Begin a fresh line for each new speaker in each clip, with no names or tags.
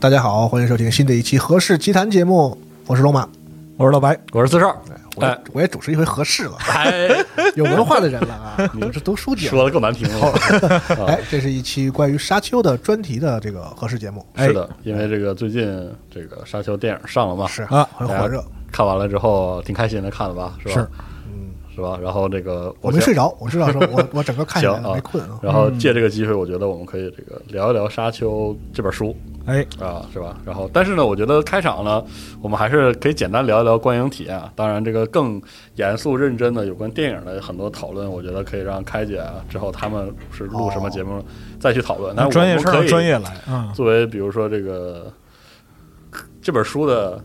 大家好，欢迎收听新的一期《何氏奇谈》节目，我是龙马，
我是老白，
我是四少。
我也
哎
我也主持一回合适了，
哎，
有文化的人了 啊，你们这都收紧了。
说的更难听了。
哎，这是一期关于沙丘的专题的这个合适节目，
是的，因为这个最近这个沙丘电影上了嘛，
是
啊
很火热。
看完了之后挺开心的，看了吧，是吧？
是
是吧？然后这个
嗯我没睡
着，
着，我知道是我我整个看下来
行
了
啊，
没困啊。
然后借这个机会，我觉得我们可以这个聊一聊《沙丘》这本书
哎，
啊，是吧？然后，但是呢，我觉得开场呢，我们还是可以简单聊一聊观影体验啊。当然，这个更严肃认真的有关电影的很多讨论，我觉得可以让开姐啊之后他们是录什么节目再去讨论。但是我
专业
们
事
可
儿
以
专业来啊，
作为比如说这个这本书的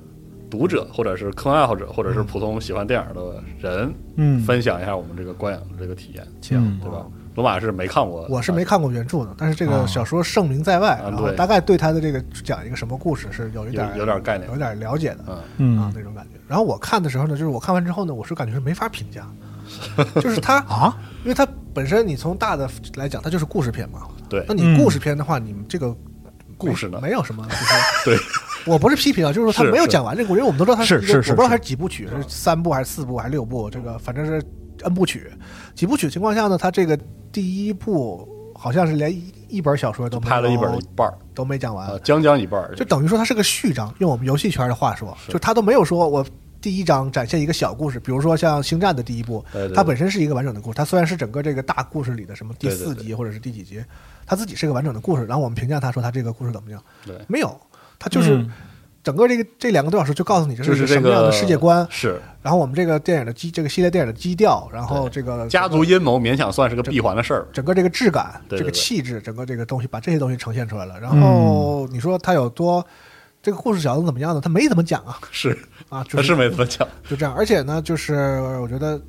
读者，或者是科幻爱好者，或者
嗯
是普通喜欢电影的人，
嗯
分享一下我们这个观影的这个体验，
嗯
对吧？罗马是没看过，
我是没看过原著的，但是这个小说盛名在外，
啊
然后
对
大概对他的这个讲一个什么故事是有一点
有有点概念
有点了解的
嗯
啊
嗯
那种感觉。然后我看的时候呢，就是我看完之后呢，我是感觉是没法评 价，就是它
啊，
因为它本身你从大的来讲，它就是故事片嘛。
对嗯
那你故事片的话，你们这个
故事呢
没有什么，就是
对
我不是批评啊，就是说他
是
没有
是
讲完这个故事，因为我们都知道它
是
一
是
个
是
我不知道它是几部曲，是三部还是四部还是六部，这个反正是 N 部曲，几部曲情况下呢，它这个第一部好像是连一一本小说都没有
拍了一本的一半儿
都没讲完
啊，，将将一半儿，
就等于说它是个序章，用我们游戏圈的话说，就它都没有说我第一章展现一个小故事，比如说像《星战》的第一部，
对对对
它本身是一个完整的故事，它虽然是整个这个大故事里的什么第四
对对
集或者是第几集，它自己是个完整的故事，然后我们评价它说它这个故事怎么样，
对。
没有，它就是
嗯
整个这个这两个多小时就告诉你这
就是
一
是
什
这
么样
个
的世界观，
是
然后我们这个电影的基这个系列电影的基调，然后这个
家族阴谋，勉强算是个闭环的事儿。
整个这个质感、
对对
这个
对
气质、整个这个东西，把这些东西呈现出来了。然后你说它有多，这个故事讲的怎么样呢？它没怎么讲啊
是，
啊，就
他是
是
没怎么讲，
就这样。而且呢，就是我觉得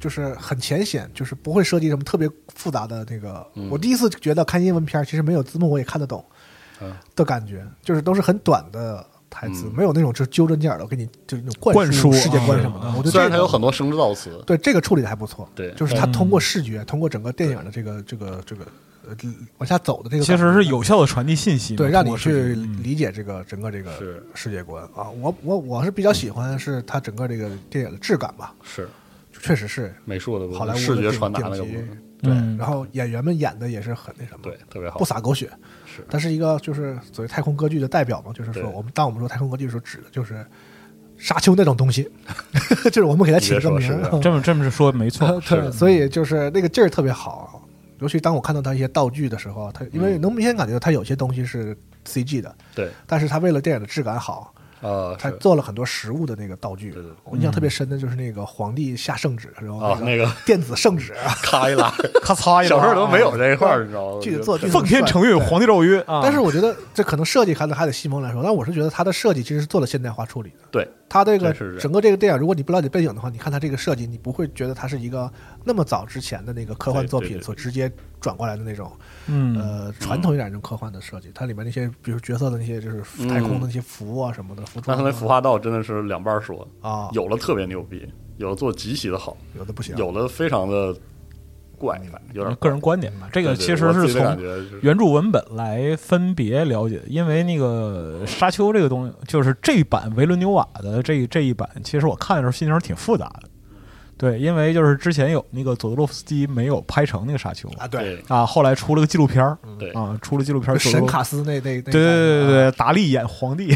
就是很浅显，就是不会涉及什么特别复杂的那个。我第一次觉得看英文片儿，其实没有字幕我也看得懂
嗯
的感觉，就是都是很短的。台词没有那种就是揪着你耳朵给你就是那种
灌
输
输
世界观
啊
什么的，我觉得
虽
这
然
个
他有很多生之造词，
对这个处理的还不错，
对
嗯
就是他通过视觉，通过整个电影的这个这个这个呃往下走的这个
其
感觉，
实是有效的传递信息嘛，
对让
通
你
过
去
视频嗯
理解这个整个这个
是
世界观啊。我我我是比较喜欢是它整个这个电影的质感吧，
是
确实是
美术的部
好莱
分，
坞
视
的
觉
顶
传达那个
顶
部
级
分，
对，
嗯
然后演员们演的也是很那什么，
对，特别好
不。洒狗血，
是
它是一个就是所谓太空歌剧的代表嘛，就是
对
说我们当我们说太空歌剧的时候，指的就是沙丘那种东西， 就是我们给它起了个
你
名
别说
儿啊
是这，样
这么这么是说没错，
对，所
嗯
以就是那个劲儿特别好。尤其当我看到它一些道具的时候，它因为
嗯
能明显感觉到它有些东西是 CG 的，
对，
但是它为了电影的质感好，
呃，
它
是
做了很多实物的那个道具
对对对。
我印象特别深的就是那个皇帝下圣旨，然后
啊，那个
电子圣旨，啊
咔一拉，
咔嚓一
小时候
拉
都没有这一块儿，你知道吗？
这个
就
做剧
奉天承运，
对
皇帝诏曰啊。
但是我觉得这可能设计还得还得西蒙来说，但我是觉得它的设计其实是做了现代化处理的。
对，
它这个
对是这样
整个这个电影，如果你不了解背景的话，你看它这个设计，你不会觉得它是一个那么早之前的那个科幻
对
作
对
品
对
所直接转过来的那种，
嗯，
呃，传统一点那种科幻的设计。它里面那些，比如角色的那些，就是
嗯
太空的那些服啊什么的，服
那
装
他那服
啊
化道真的是两半儿说，
啊，
有的特别牛逼，有的做极其的好，
有的不行，
有的非常的怪，反正
呃
有点
个人观点吧，这
这
个其实是从
感觉就是
原著文本来分别了解，因为那个《沙丘》这个东西，就是这一版维伦纽瓦的这这一版，其实我看的时候心情挺复杂的。对，因为就是之前有那个佐德洛夫斯基没有拍成那个《沙丘》
啊，对，
对
啊，后来出了个纪录片儿
对
啊，出了纪录片
就
儿，佐德
神
洛
卡斯那那那啊
对对对对对，达利演皇帝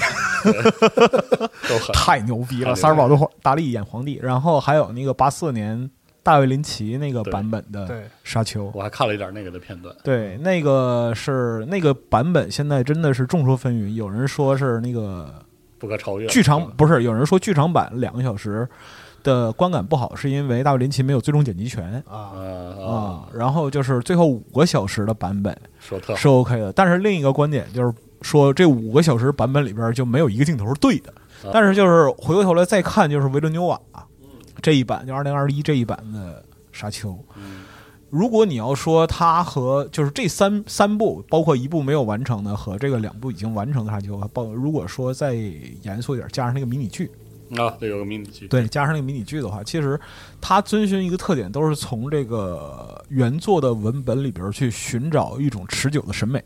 都很
太牛逼
太牛
了，
逼
萨尔瓦多·达利演皇帝，然后还有那个八四年大卫林奇那个
对
版本的《
啊对
沙丘》，
我还看了一点那个的片段，
对，那个是那个版本，现在真的是众说纷纭。有人说是那个
不可超越。
剧场不是，有人说剧场版两个小时的观感不好，是因为大卫林奇没有最终剪辑权
啊，
啊啊，
啊、然后就是最后五个小时的版本
说特好
是 OK 的，但是另一个观点就是说这五个小时版本里边就没有一个镜头是对的
啊。
但是就是回过头来再看，就是维伦纽瓦这一版，就二零二一这一版的《沙丘》
嗯，
如果你要说它和就是这三三部，包括一部没有完成的和这个两部已经完成的《沙丘》，包如果说再严肃一点，加上那个迷你剧，
啊，对，有个迷你剧，
对，加上那个迷你剧的话，其实它遵循一个特点，都是从这个原作的文本里边去寻找一种持久的审美。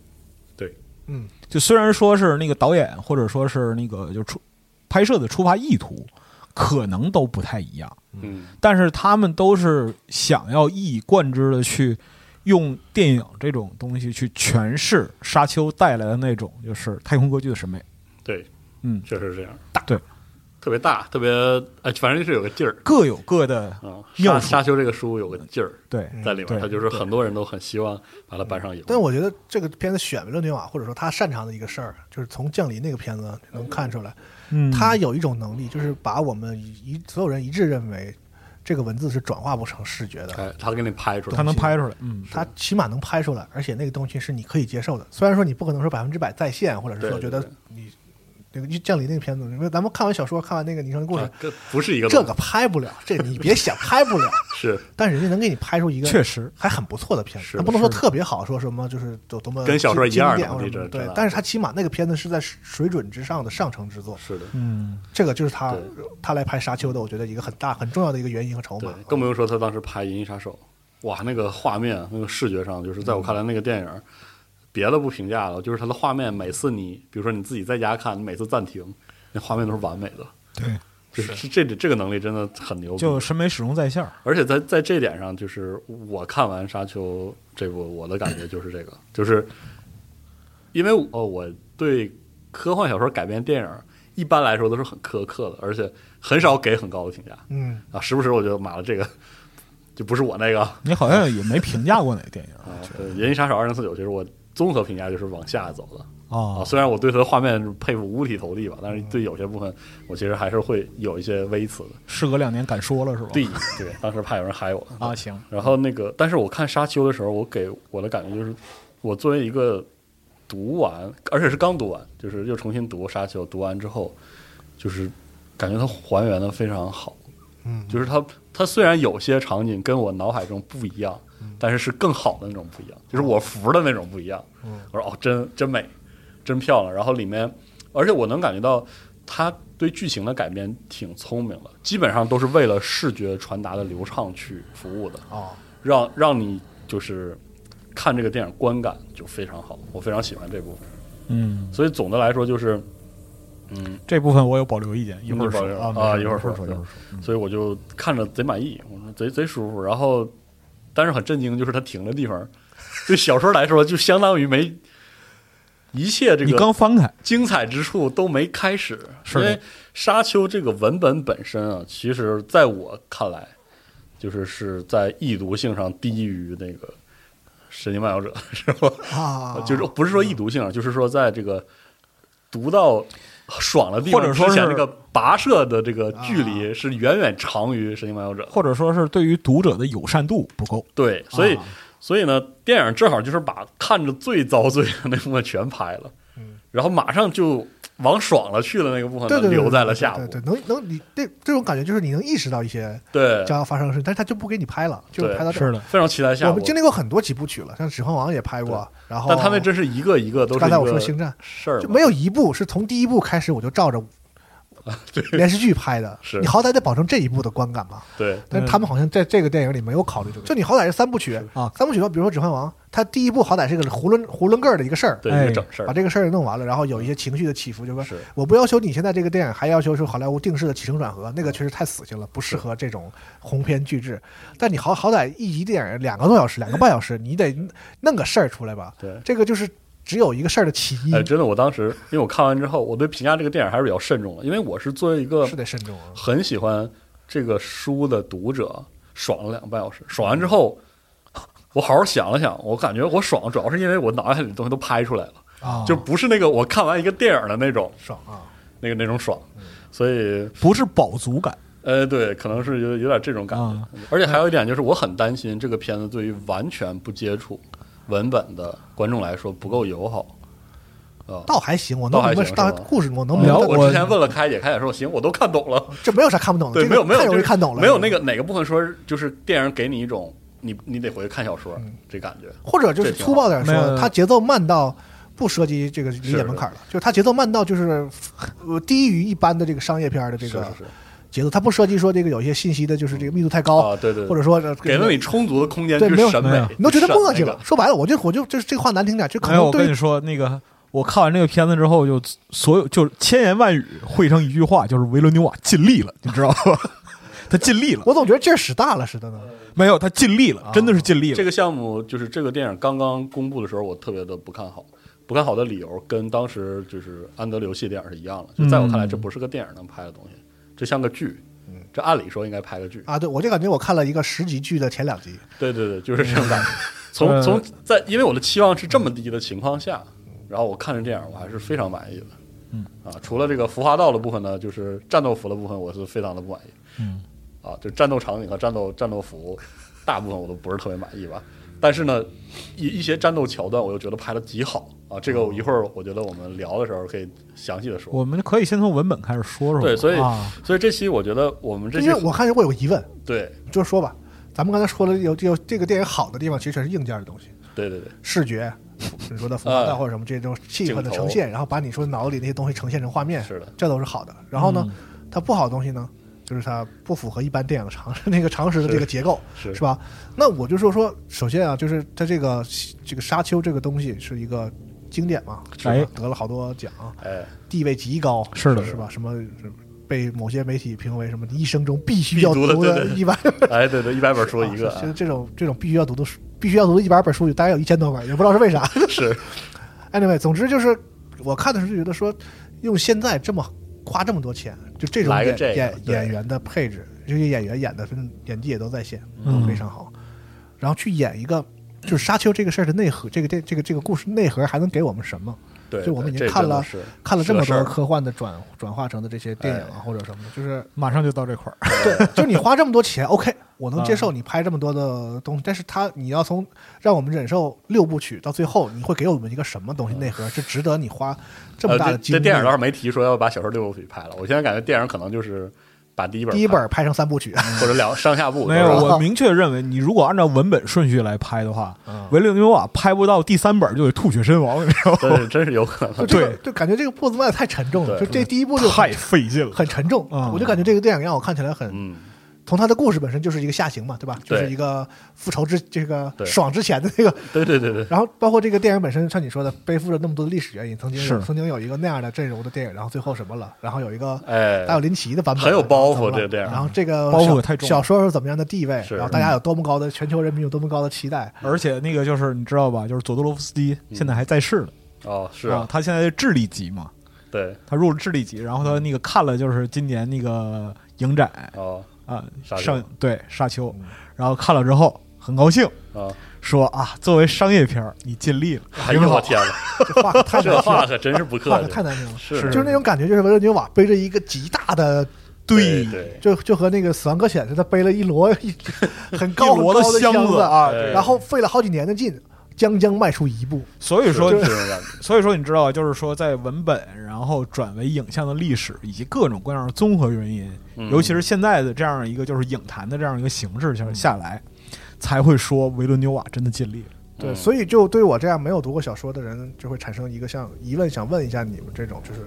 对，
嗯，
就虽然说是那个导演或者说是那个就出拍摄的出发意图，可能都不太一样，
嗯，
但是他们都是想要一以贯之的去用电影这种东西去诠释《沙丘》带来的那种就是太空歌剧的审美。
对，
嗯，
确实是这样，
对，
特别大，特别哎，反正就是有个劲儿
各有各的
啊。
妙
沙
处
沙丘这个书有个劲儿
对。
在里面，
对
他就是很多人都很希望把它搬上影。
嗯但我觉得这个片子选维伦纽瓦，或者说他擅长的一个事儿，就是从《降临》那个片子能看出来，
嗯，
他有一种能力，就是把我们一所有人一致认为这个文字是转化不成视觉的，
哎，他给你拍出来，
他能拍出来，嗯，
他起码能拍出来，而且那个东西是你可以接受的。虽然说你不可能说百分之百在线，或者是说觉
对对
得你那个《降临》那个片子，因为咱们看完小说，看完那个《尼城的故事
啊，这不是一个
这个拍不 了，这你别想拍不了，
是
但人家能给你拍出一个
确实，
还很不错的片
是
子，它不能说特别好，说什么就是有多么
跟小说一样的
经典或者
这
什么
这
对
那，
但是它起码那个片子是在水准之上的上乘之作，
是的，
嗯，
这个就是他
对
他来拍《沙丘》的，我觉得一个很大很重要的一个原因和筹
对
码，，
更不用说他当时拍《银翼杀手》，哇，那个画面，那个视觉上，就是
嗯
在我看来，那个电影，别的不评价了，就是它的画面，每次你，比如说你自己在家看，你每次暂停，那画面都是完美的。
对，
就是这这这个能力真的很牛逼。
就审美始终在线儿，
而且在在这点上，就是我看完《沙丘》这部，我的感觉就是这个，就是因为我哦我对科幻小说改编电影一般来说都是很苛刻的，而且很少给很高的评价
嗯，
啊，时不时我就买了这个，就不是我那个啊，
你好像也没评价过哪个电 影啊
对《银翼杀手二零四九》，其实我综合评价就是往下走的。啊，
哦
虽然我对它的画面佩服五体投地吧，但是对有些部分我其实还是会有一些微词的。
事隔两年敢说了是吧？
对对，当时怕有人嗨我
啊，行，
然后那个，但是我看《沙丘》的时候，我给我的感觉就是，我作为一个读完，而且是刚读完，就是又重新读《沙丘》，读完之后，就是感觉它还原的非常好。
嗯
就是它它虽然有些场景跟我脑海中不一样，但是是更好的那种不一样，就是我服的那种不一样。我说哦，真真美，真漂亮。然后里面，而且我能感觉到它对剧情的改编挺聪明的，基本上都是为了视觉传达的流畅去服务的。
哦，
让让你就是看这个电影观感就非常好，我非常喜欢这部分。
嗯，
所以总的来说就是，嗯，
这部分我有保留意见，一会儿说
你有保留
啊，
啊
没事
一
一
会儿
说，
说
一会
对
儿说。嗯
所以我就看着贼满意，我说贼贼舒服。然后，但是很震惊，就是它停的地方，对小说来说就相当于没一切这
你
个
刚翻开，
精彩之处都没开始，
是
因
的
为《沙丘》这个文本本身啊，其实在我看来，就是是在易读性上低于那个《神经漫游者》，是吧？
啊，
就是不是说易读性啊，就是说在这个读到爽的地方
或者说
之前，
是
这个跋涉的这个距
啊
离是远远长于《神经漫游者》。
或者说是对于读者的友善度不够。
对，所以、
啊
所以呢，电影正好就是把看着最遭罪的那部分全拍了，
嗯
然后马上就往爽了去了那个部分呢
对对对
留在了下部
对。对，对能能你这这种感觉就是你能意识到一些
对
将要发生的事，但是他就不给你拍了，就
对
拍到这儿。
的，
非常期待下
我
部
们。经历过很多几部曲了，像《指环王》也拍过，然后
但他那真是一个一个都是
刚
一
才我说
个
《星战》，
事儿
就
嘛，
没有一部是从第一部开始我就照 着连续剧拍的，
是
你好歹得保证这一部的观感吧。
对
但是他们好像在这个电影里没有考虑这个，就你好歹是三部曲
啊
三部曲吧，比如说《指环王》，它第一部好歹是个囫囵囫囵个儿的一个事儿，
对
哎
一个整事
把
儿
这个事儿弄完了，然后有一些情绪的起伏，就是说我不要求你现在这个电影还要求说好莱坞定式的起承转合，那个确实太死性了，不适合这种鸿篇巨制。但你好好歹一集电影两个多小时、两个半小时，你得弄个事儿出来吧？
对。
这个就是只有一个事儿的起因，
哎，真的，我当时因为我看完之后，我对评价这个电影还是比较慎重的，因为我是作为一个
是得慎重啊。
很喜欢这个书的读者，爽了两个半小时。爽完之后，我好好想了想，我感觉我爽，主要是因为我脑海里的东西都拍出来了，
哦
啊，
就不是那个我看完一个电影的那种
爽啊！
那个那种爽。所以，
不是饱足感
呃，对，可能是有有点这种感觉。
啊
而且还有一点就是，我很担心这个片子对于完全不接触文本的观众来说不够友好。啊、
倒还行，我能
倒还
明白
行，
倒还
是吧
故事我能
嗯
明
聊
白，
我之前问了开姐，开姐说行，我都看懂了。
这没有啥看不懂的，哦
对，
这
没
个
有没有
太容易
就是
看懂了，
没有那个哪个部分说就是电影给你一种你你得回去看小说
嗯
这感觉，
或者就是
这挺
粗暴点
好没
说，
有
它节奏慢到不涉及这个理解门槛了，就是它节奏慢到就是呃低于一般的这个商业片儿的这
是
个
是是
节奏，它不涉及说这个有些信息的就是这个密度太高，
啊，对对，对
或者说呃
给了你充足的空间
对
去
没有
审
没
美
有，
你都觉得
审
墨迹
那个
了。说白了，我就我就就是这个话难听点，就可
没有，
能
哎我
对
跟你
于
说，那个我看完这个片子之后，就所有就千言万语汇成一句话，就是维伦纽瓦尽力 了，你知道吗？他尽力了，
我总觉得劲儿使大了似的呢。
没有，他尽力了，真的是尽力
这
了。
个项目就是这个电影刚刚公布的时候，我特别的不看好。不看好的理由跟当时就是安德流系电影是一样的，就在我看来，
嗯
这不是个电影能拍的东西，这像个剧。
嗯
这按理说应该拍个剧。
啊，对我就感觉我看了一个十集剧的前两集，
对对对，就是这种 感觉。
嗯
从从在因为我的期望是这么低的情况下，然后我看着电影，我还是非常满意的。
嗯
啊，除了这个服化道的部分呢，就是战斗服的部分，我是非常的不满意。
嗯
啊，就战斗场景和战斗战斗服，大部分我都不是特别满意吧。但是呢，一一些战斗桥段，我又觉得拍的极好啊。这个我一会儿我觉得我们聊的时候可以详细的说。
我们可以先从文本开始说说。
对，所以、
啊
所以这期我觉得我们这
因
些
为我看见我有个疑问，
对
就说吧，咱们刚才说了有有这个电影好的地方，其实全是硬件的东西。
对对对，
视 觉，你说的服
嗯
化道或者什么这种气氛的呈现，然后把你说脑子里那些东西呈现成画面，
是的嗯
这都是好的。然后呢，它不好的东西呢，就是它不符合一般电影的常识 那个常识的这个结构，
是
是吧？那我就说说，首先啊，就是它这个这个沙丘这个东西是一个经典嘛，是吧
哎
得了好多奖，
哎，
地位极高，
是的
是吧？什么被某些媒体评为什么一生中必须
必
要
读的
读
对
的
对
一 般
哎，对对，一百本书 一个
啊，
啊
现在这种这种必须要读的书，必须要读的一百本书，有大概有一千多本，也不知道是为啥。
是
anyway，总之就是我看的时候就觉得说，用现在这么花这么多钱，就这种
来个
演
这个
演
对
演员的配置，这些演员演的分演技也都在线，
嗯
都非常好。然后去演一个就是沙丘这个事儿的内核，这个电这个这个故事内核还能给我们什么？
对，
就我们已经
对这
看
真的
了
是
看了这么
是个
多
事儿哎
科幻的转转化成的这些电影啊、或者什么的，就是
马上就到这 块儿，
对，就你花这么多钱，OK，我能接
嗯
受你拍这么多的东西，但是他你要从让我们忍受六部曲到最后，你会给我们一个什么东西内核？是值得你花这么大
嗯呃
的
这
精
这
力？
电影倒是没提说要把小说六部曲拍了，我现在感觉电影可能就是把第一本
第一
拍
本拍成三部曲，
或 者两上下部
没有，
是吧
我明确认为，你如果按照文本顺序来拍的话，
嗯
维伦纽瓦拍不到第三本就得吐血身亡，你知道吗？
真是真是有可能
就。这个就感觉这个步子迈得太沉重了，
对
就这第一部就
太
很
费劲了。
很沉重，
嗯
我就感觉这个电影让我看起来很
嗯，
从它的故事本身就是一个下行嘛，对吧？就
对
是一个复仇之这个
对
爽之前的 那个。
对对对对，
然后包括这个电影本身，像你说的，背负着那么多的历史原因，曾经有
是
曾经有一个那样的阵容的电影，然后最后什么了？然后有一个
哎
大，有林奇的版本，
很有包
然后怎么
袱
了
这个电影
然后这个
嗯包袱
小
太重了
小说是怎么样的地位，
是嗯
然后大家有多么高的全球人民有多么高的期 待，
而且那个就是你知道吧，就是佐多罗夫斯基现在还在世呢，
哦，是
啊
啊，，
他现在是智力级嘛，
对，
他入了智力级，然后他那个看了就是今年那个影展
哦，
啊，
沙丘
上对沙丘，然后看了之后很高兴，
啊，
说啊，作为商业片儿你尽力了，
哎呦我天呐，
这话可太难
这
听了
话，可真是不
话
客
可
气
太，难听了。
是
就是那种感觉，就是维伦纽瓦背着一个极大的，
对对，
就就和那个《死亡搁浅》似的，背了一摞一很高
一
很
摞的
高的
箱子
子啊，
对
然后费了好几年的劲，将将迈出一步。
所以说
是这种感觉，
所以说，你知道，就是说，在文本然后转为影像的历史，以及各种各样的综合原因，
嗯
尤其是现在的这样一个就是影坛的这样一个形式下下来，才会说维伦纽瓦真的尽力了。
对，
嗯
所以就对我这样没有读过小说的人，就会产生一个像疑问，想问一下你们这种就是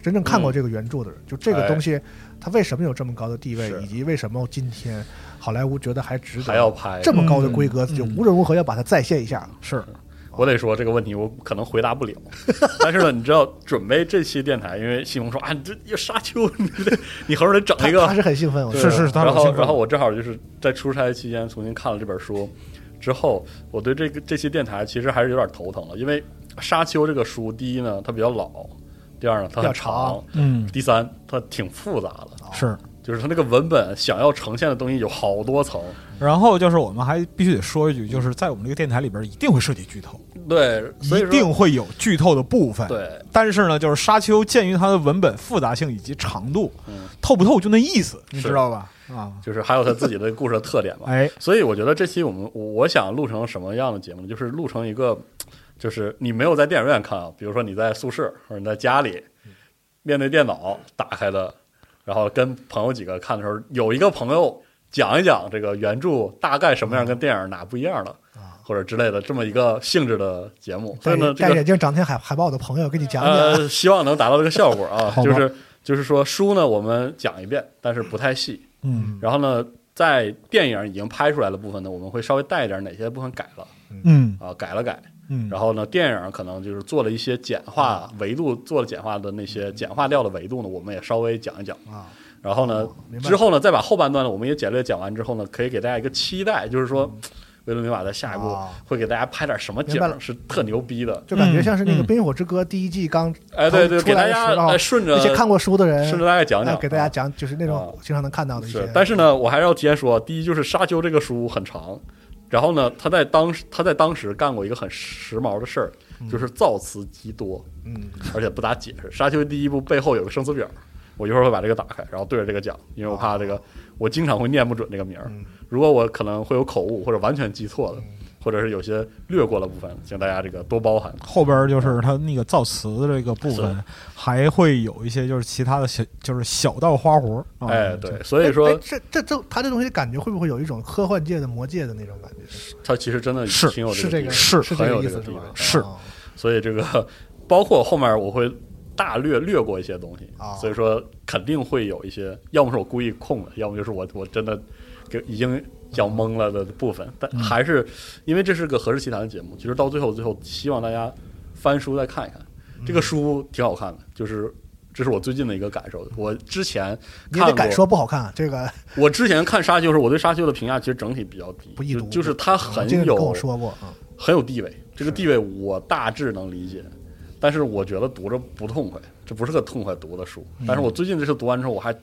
真正看过这个原著的人，就这个
嗯哎
东西它为什么有这么高的地位，
是
以及为什么今天好莱坞觉得还值得
还要拍嗯
这么高的规格，
嗯
就无论如何要把它再现一下。
是，
我得说这个问题我可能回答不了，但是呢，你知道准备这期电台，因为西红说啊，你这要沙丘，你得你合着得整
他
一个
他是很兴奋，我觉得
对
哦是是他
然
很兴
后
奋
然后我正好就是在出差期间重新看了这本书，之后我对这个这期电台其实还是有点头疼了，因为《沙丘》这个书，第一呢它比较老，第二呢它
比
很
较长
嗯，
第三它挺复杂的，
是。
就是它那个文本想要呈现的东西有好多层。
然后就是我们还必须得说一句，就是在我们这个电台里边一定会涉及剧透，
对，所以
一
说
定会有剧透的部分。。
对
但是呢，就是《沙丘》鉴于它的文本复杂性以及长度，
嗯
透不透就那意思，你
是
知道吧？啊，
就是还有他自己的故事的特 点嘛。
哎，
所以我觉得这期我们我我想录成什么样的节目呢？就是录成一个，就是你没有在电影院看啊，比如说你在宿舍或者你在家里，面对电脑打开了，然后跟朋友几个看的时候，有一个朋友讲一讲这个原著大概什么样，跟电影哪不一样了。或者之类的这么一个性质的节目，所
戴
以呢，
眼
这
戴
个
眼镜长天海海报的朋友跟你哎讲讲，
呃，希望能达到这个效果啊，
好吧
就是就是说书呢，我们讲一遍，但是不太细，
嗯
然后呢，在电影已经拍出来的部分呢，我们会稍微带一点哪些部分改了
嗯
啊，改了改。
嗯，
然后呢，电影可能就是做了一些简化维度，做了简化的那些简化掉的维度呢，我们也稍微讲一讲
啊。
然后呢
哦明，白
嗯呃之后呢，再把后半段呢，我们也简略讲完之后呢，可以给大家一个期待，就是说，维伦纽瓦在下一步
啊
会给大家拍点什么景
明白
儿，
了
是特牛逼的。
就感觉像是那个
嗯
《冰与火之歌》第一季刚
哎，对对，
出来
给
的
大家
时候
哎顺着
那些看过书的人，
顺着大家讲
来
讲，
给大家
啊
讲，就是那种经常能看到的一些
是，。但是呢，我还是要提前说，第一就是《沙丘》这个书很长，然后呢，他在当时他在当时干过一个很时髦的事儿，就是造词极多，
嗯，
而且不咋解释。《沙丘》第一部背后有个生词表，我一会儿会把这个打开，然后对着这个讲，因为我
啊
怕这个我经常会念不准这个名
嗯
儿，如果我可能会有口误或者完全记错的，或者是有些略过了部分，请大家这个多包涵。
后边儿就是它那个造词的这个部
是
分，还会有一些就是其他的小，就是小道花活儿。啊
哎，
就
对，所以说
哎哦这这这他这东西感觉会不会有一种科幻界的魔界的那种感觉？
他其实真的
是
挺有
是这
这
个
地
是
位
是
很
这
有
意
这
思
地嗯
是
位
吧？
是
哦
所以这个包括后面我会大略略过一些东西，
啊
所以说肯定会有一些，要么是我故意空了，要么就是我我真的给已经讲懵了的部分，但
嗯
还是因为这是个何氏奇谈的节目，其实到最后最后希望大家翻书再看一看，
嗯
这个书挺好看的，就是。这是我最近的一个感受。我之前
你也
看
得
过
敢，说不好看，这个
我之前看《沙丘》的时候，我对《沙丘》的评价其实整体比较低，
不易
就
读啊
就是它
我
很
记得你
有
嗯跟我说过，嗯
很有地位，这个地位我大致能理解，但是我觉得读着不痛快，这不是个痛快读的书。但是我最近这次读完之后，我还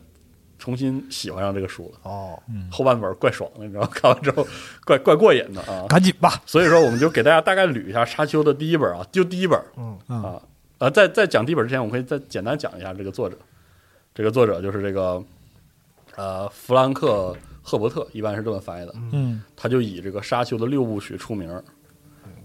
重新喜欢上这个书了，
哦，
后半本怪爽的，你知道吗，看完之后怪怪过瘾的啊。
赶紧吧，
所以说，我们就给大家大概捋一下《沙丘》的第一本啊，就第一本
嗯，
啊，呃，在在讲第一本之前，我可以再简单讲一下这个作者，这个作者就是这个呃弗兰克·赫伯特，一般是这么翻译的，
嗯，
他就以这个《沙丘》的六部曲出名儿。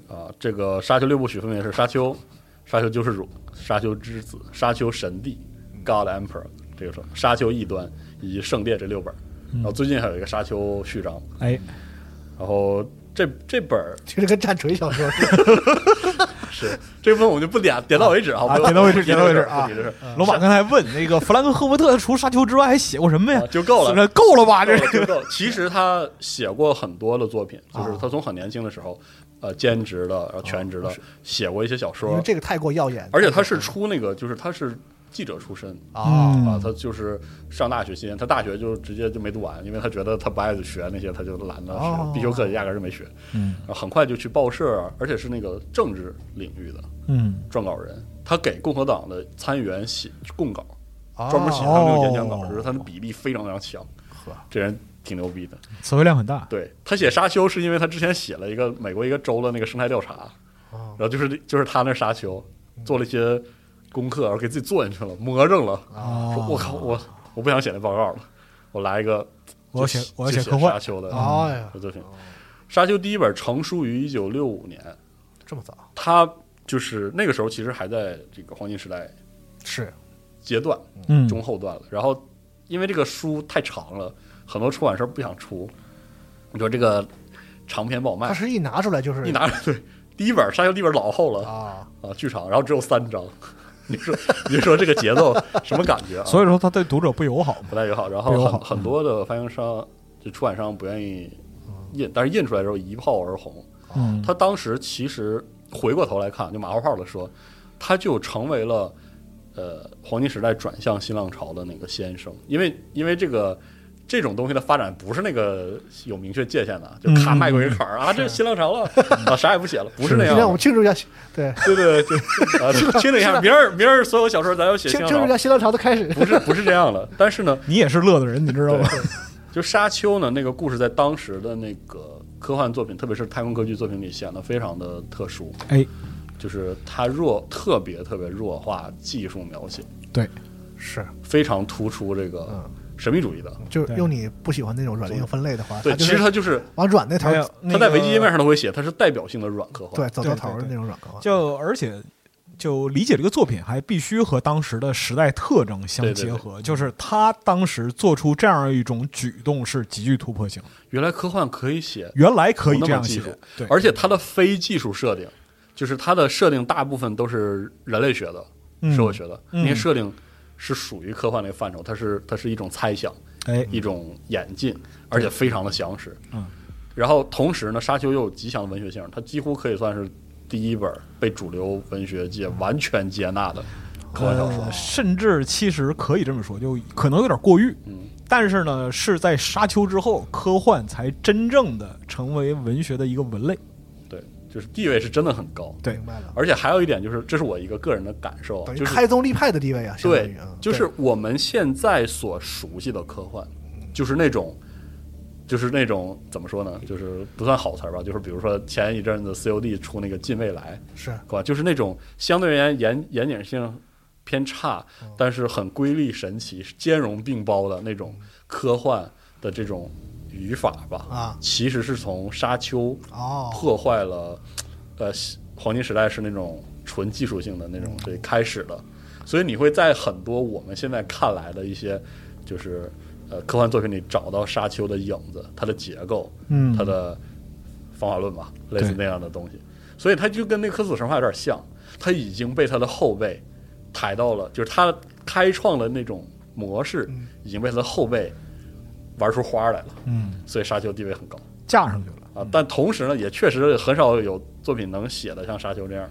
啊、这个《沙丘》六部曲分别是《沙丘》《沙丘救世主》《沙丘之子》《沙丘神帝》《God Emperor》这个说《沙丘异端》以及《圣殿》这六本儿。
嗯
然后最近还有一个《沙丘序章》，
哎，
然后这这本儿
其实跟战锤小说似的，
是 这部分我们就不点点到为止，好
啊
不？
点到为止，点到 为止
不
啊
提这事儿！
罗马刚才问那个弗兰克·赫伯特除《沙丘》之外还写过什么呀
啊？就够了
这够了 吧？这
够了够了其实他写过很多的作品，
啊
就是他从很年轻的时候，呃，兼职的，然后全职的，写过一些小
因为
说，
这个太过耀眼，
而且他是出那个，就是他是记者出身，
啊，
啊，他就是上大学期间，他大学就直接就没读完，因为他觉得他不爱学那些，他就懒得
哦
学，必修课压根儿就没学。
嗯，
然后很快就去报社，而且是那个政治领域的
嗯，
撰稿人，他给共和党的参议员写供稿，
哦
专门写他们那种演讲稿，就是他的比例非常非常强
呵。
这人挺牛逼的。
词汇量很大。
对他写沙丘是因为他之前写了一个美国一个州的那个生态调查，
哦
然后就是就是他那沙丘做了一些功课，然后给自己做进去了，魔怔了。
啊
哦
说我靠，我我不想写那报告了，我来一个
我要
就
写我要
就
写
写
科幻哦
沙丘的
哎呀，
作品。沙丘第一本成书于一九六五年，
这么早
他就是那个时候其实还在这个黄金时代
是
阶段
嗯，
中后段了。然后因为这个书太长了，很多出版社不想出，你说这个长篇不好
他
卖，
是一拿出来就是
哎一拿 着对第一本沙丘第一本老厚了
啊，
啊，剧场，然后只有三章。 你说，你说这个节奏什么感觉啊？
所以说他对读者不友好嘛。
不太友好。然
不
后
友
很
好
很多的发行商就出版商不愿意印，但是印出来之后一炮而红。
嗯，
他当时其实回过头来看，就马后炮的说，他就成为了呃黄金时代转向新浪潮的那个先声，因为因为这个。这种东西的发展不是那个有明确界限的，就咔
嗯
迈过一个坎儿啊，这新浪潮 了啊，啥也不写了，不是那
今
样
天我
的
们。庆祝一下，对，
对对对，啊，清理一下，明儿明儿所有小说咱要写
庆
新
庆祝
浪
一
潮，
下新浪潮的开 始，
不是不是这样的。但是呢，
你也是乐的人，你知道吗？
就沙丘呢，那个故事在当时的那个科幻作品，特别是太空科技作品里显得非常的特殊，
哎，
就是它弱，特别特别弱化技术描写，
对，
是
非常突出这个神秘主义的。
就是用你不喜欢那种软硬分类的话，
对，
它
其
就是
实它就是
往软那头
还有那
它在维基页面
个
上都会写，它是代表性的软科幻。
对走到
对
头的
对
那种软
啊
科幻，
就而且就理解这个作品，还必须和当时的时代特征相结合。就是他当时做出这样一种举动是极具突破性的，
原来科幻可以写
原来可以
那
这
么
样
技
写
术，，
对，
而且它的非技术设定，就是它的设定大部分都是人类学的、
嗯
社会学的、
嗯
那些设定，是属于科幻那个范畴，它是它是一种猜想。
哎，
一种演进，而且非常的详实。
嗯，
然后同时呢，沙丘又有极强的文学性，它几乎可以算是第一本被主流文学界完全接纳的科幻小说。啊
呃，甚至其实可以这么说，就可能有点过誉。
嗯，
但是呢，是在《沙丘》之后，科幻才真正的成为文学的一个文类。
对，就是地位是真的很高。
对
明白了，
而且还有一点就是，这是我一个个人的感受啊，
等于
就是
开宗立派的地位啊，相当
对
于，嗯
就是我们现在所熟悉的科幻，就是那种，就是那种怎么说呢？就是不算好词儿吧，就是比如说前一阵子 COD 出那个《近未来》，
是
对吧？就是那种相对而言严严谨性偏差，但是很瑰丽神奇、兼容并包的那种科幻的这种语法吧。
啊
其实是从《沙丘》
哦，
破坏了，呃，黄金时代是那种纯技术性的那种对开始的，所以你会在很多我们现在看来的一些就是呃科幻作品里找到《沙丘》的影子，它的结构，
嗯
它的方法论吧，类似那样的东西，所以它就跟那科索神话有点像，它已经被它的后辈抬到了，就是它开创的那种模式
嗯，
已经被它的后辈玩出花来了，
嗯，
所以《沙丘》地位很高。
架上去了。
啊，但同时呢，也确实很少有作品能写的像《沙丘》这样，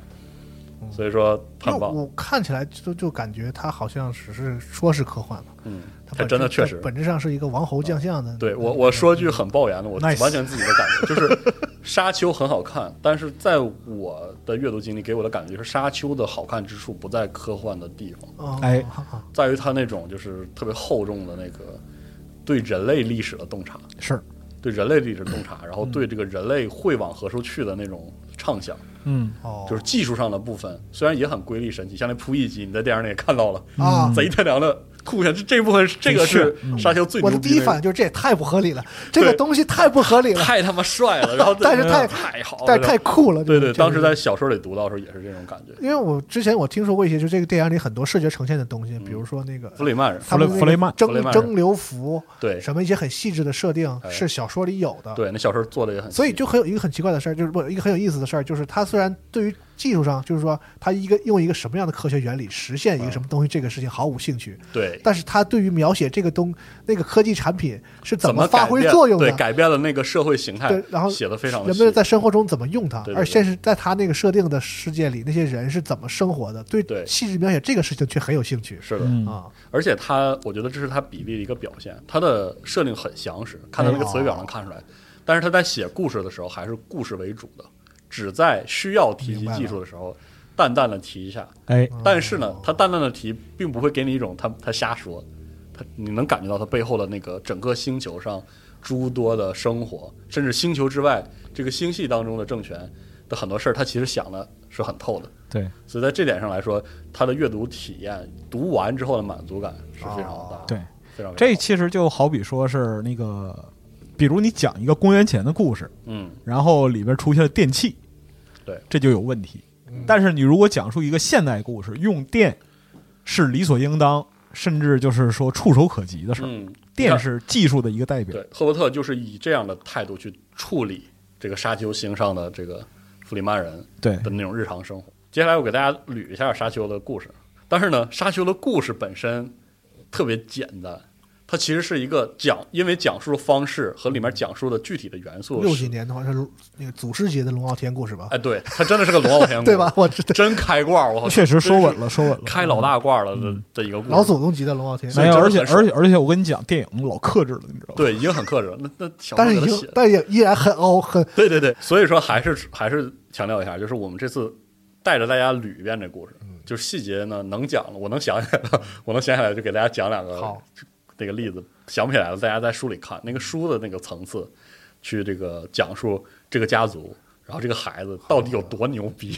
所以说
因为
很棒，
我看起来就就感觉它好像只是说是科幻嘛，
嗯，
它
还
本
真的
质
确实。嗯
本质上是一个王侯将相的，
对我，我说句很抱怨的，我
Nice
完全自己的感觉就是，《沙丘》很好看，但是在我的阅读经历给我的感觉是，《沙丘》的好看之处不在科幻的地方，
哦
哎
在于它那种就是特别厚重的那个对人类历史的洞察，
是，
对人类历史洞察，然后对这个人类会往何处去的那种畅想。
嗯，
哦，
就是技术上的部分，虽然也很瑰丽神奇，像那扑翼机，你在电影里也看到了，
嗯
啊
贼他娘的酷炫，这这部分是这个是沙丘最
嗯我
牛
的
逼
第一
那个
反应就是这也太不合理了，这个东西太不合理了，
太他妈帅 了，然后
但是太
太好了，
但是太酷了，
对
这
对，
个
当时。
这个
在小说里读到的时候也是这种感觉。
因为我之前我听说过一些，就这个电影里很多视觉呈现的东西，比如说那个
嗯弗里曼人，
他们
弗雷
那个
弗雷曼
弗雷
蒸
曼
蒸馏服，
对
什么一些很细致的设定
哎
是小说里有的，
对，那小说做的也很细，
所以就很有一个很奇怪的事儿，就是不一个很有意思的事儿，就是他虽然对于技术上，就是说他一个用一个什么样的科学原理实现一个什么东西，这个事情毫无兴趣。
对，
但是他对于描写这个东那个科技产品是
怎
么发挥
改变
作用的
对，，改变了那个社会形态，
对然后
写的非常的
人们在生活中怎么用它
对，对
而
对
现实在他那个设定的世界里，那些人是怎么生活的，对
对
细致描写这个事情却很有兴趣
是的，
嗯，
啊。
而且它，我觉得这是它比例的一个表现，它的设定很详
哎
实，看它那个词语表能看出来。但是他在写故事的时候，还是故事为主的，只在需要提及
明白了哦
技术的时候，淡淡的提一下。
哎，
但是呢，他淡淡的提，并不会给你一种他他瞎说，他你能感觉到他背后的那个整个星球上诸多的生活，甚至星球之外这个星系当中的政权的很多事儿，他其实想的是很透的。
对，
所以在这点上来说，他的阅读体验，读完之后的满足感是非常大的。
对，
非常非常
这
好
其实就好比说是那个，比如你讲一个公元前的故事，
嗯，
然后里边出现了电器，
对，嗯
这就有问题。但是你如果讲述一个现代故事，用电是理所应当，甚至就是说触手可及的事儿。
嗯，
电是技术的一个代表
对，赫伯特就是以这样的态度去处理这个沙丘星上的这个弗里曼人
对
的那种日常生活。接下来我给大家捋一下沙丘的故事，但是呢，沙丘的故事本身特别简单，它其实是一个讲，因为讲述方式和里面讲述的具体的元素
六
是
几年的话是那个祖师节的龙傲天故事吧？
哎，嗯对，它真的是个龙傲 天
对吧？？我知道
真开挂，我靠
确实说稳
真
了，说稳
是
了，
开老大挂了的的一个故事。
老祖宗级的龙傲天，
没
嗯
有，
所以
而
真的
且
很爽
而且而且，我跟你讲，电影老克制了，你知道吗？
对，已经很克制了。那那小
但是
说
已
给他
经
写，
但也依然很凹很
对对对，所以说还是还是强调一下，就是我们这次带着大家捋一遍这故事，就是细节呢能讲了，我能想起来了， 我能想起来就给大家讲两个
好
那个例子，想不起来了，大家在书里看那个书的那个层次，去这个讲述这个家族，然后这个孩子到底有多牛逼，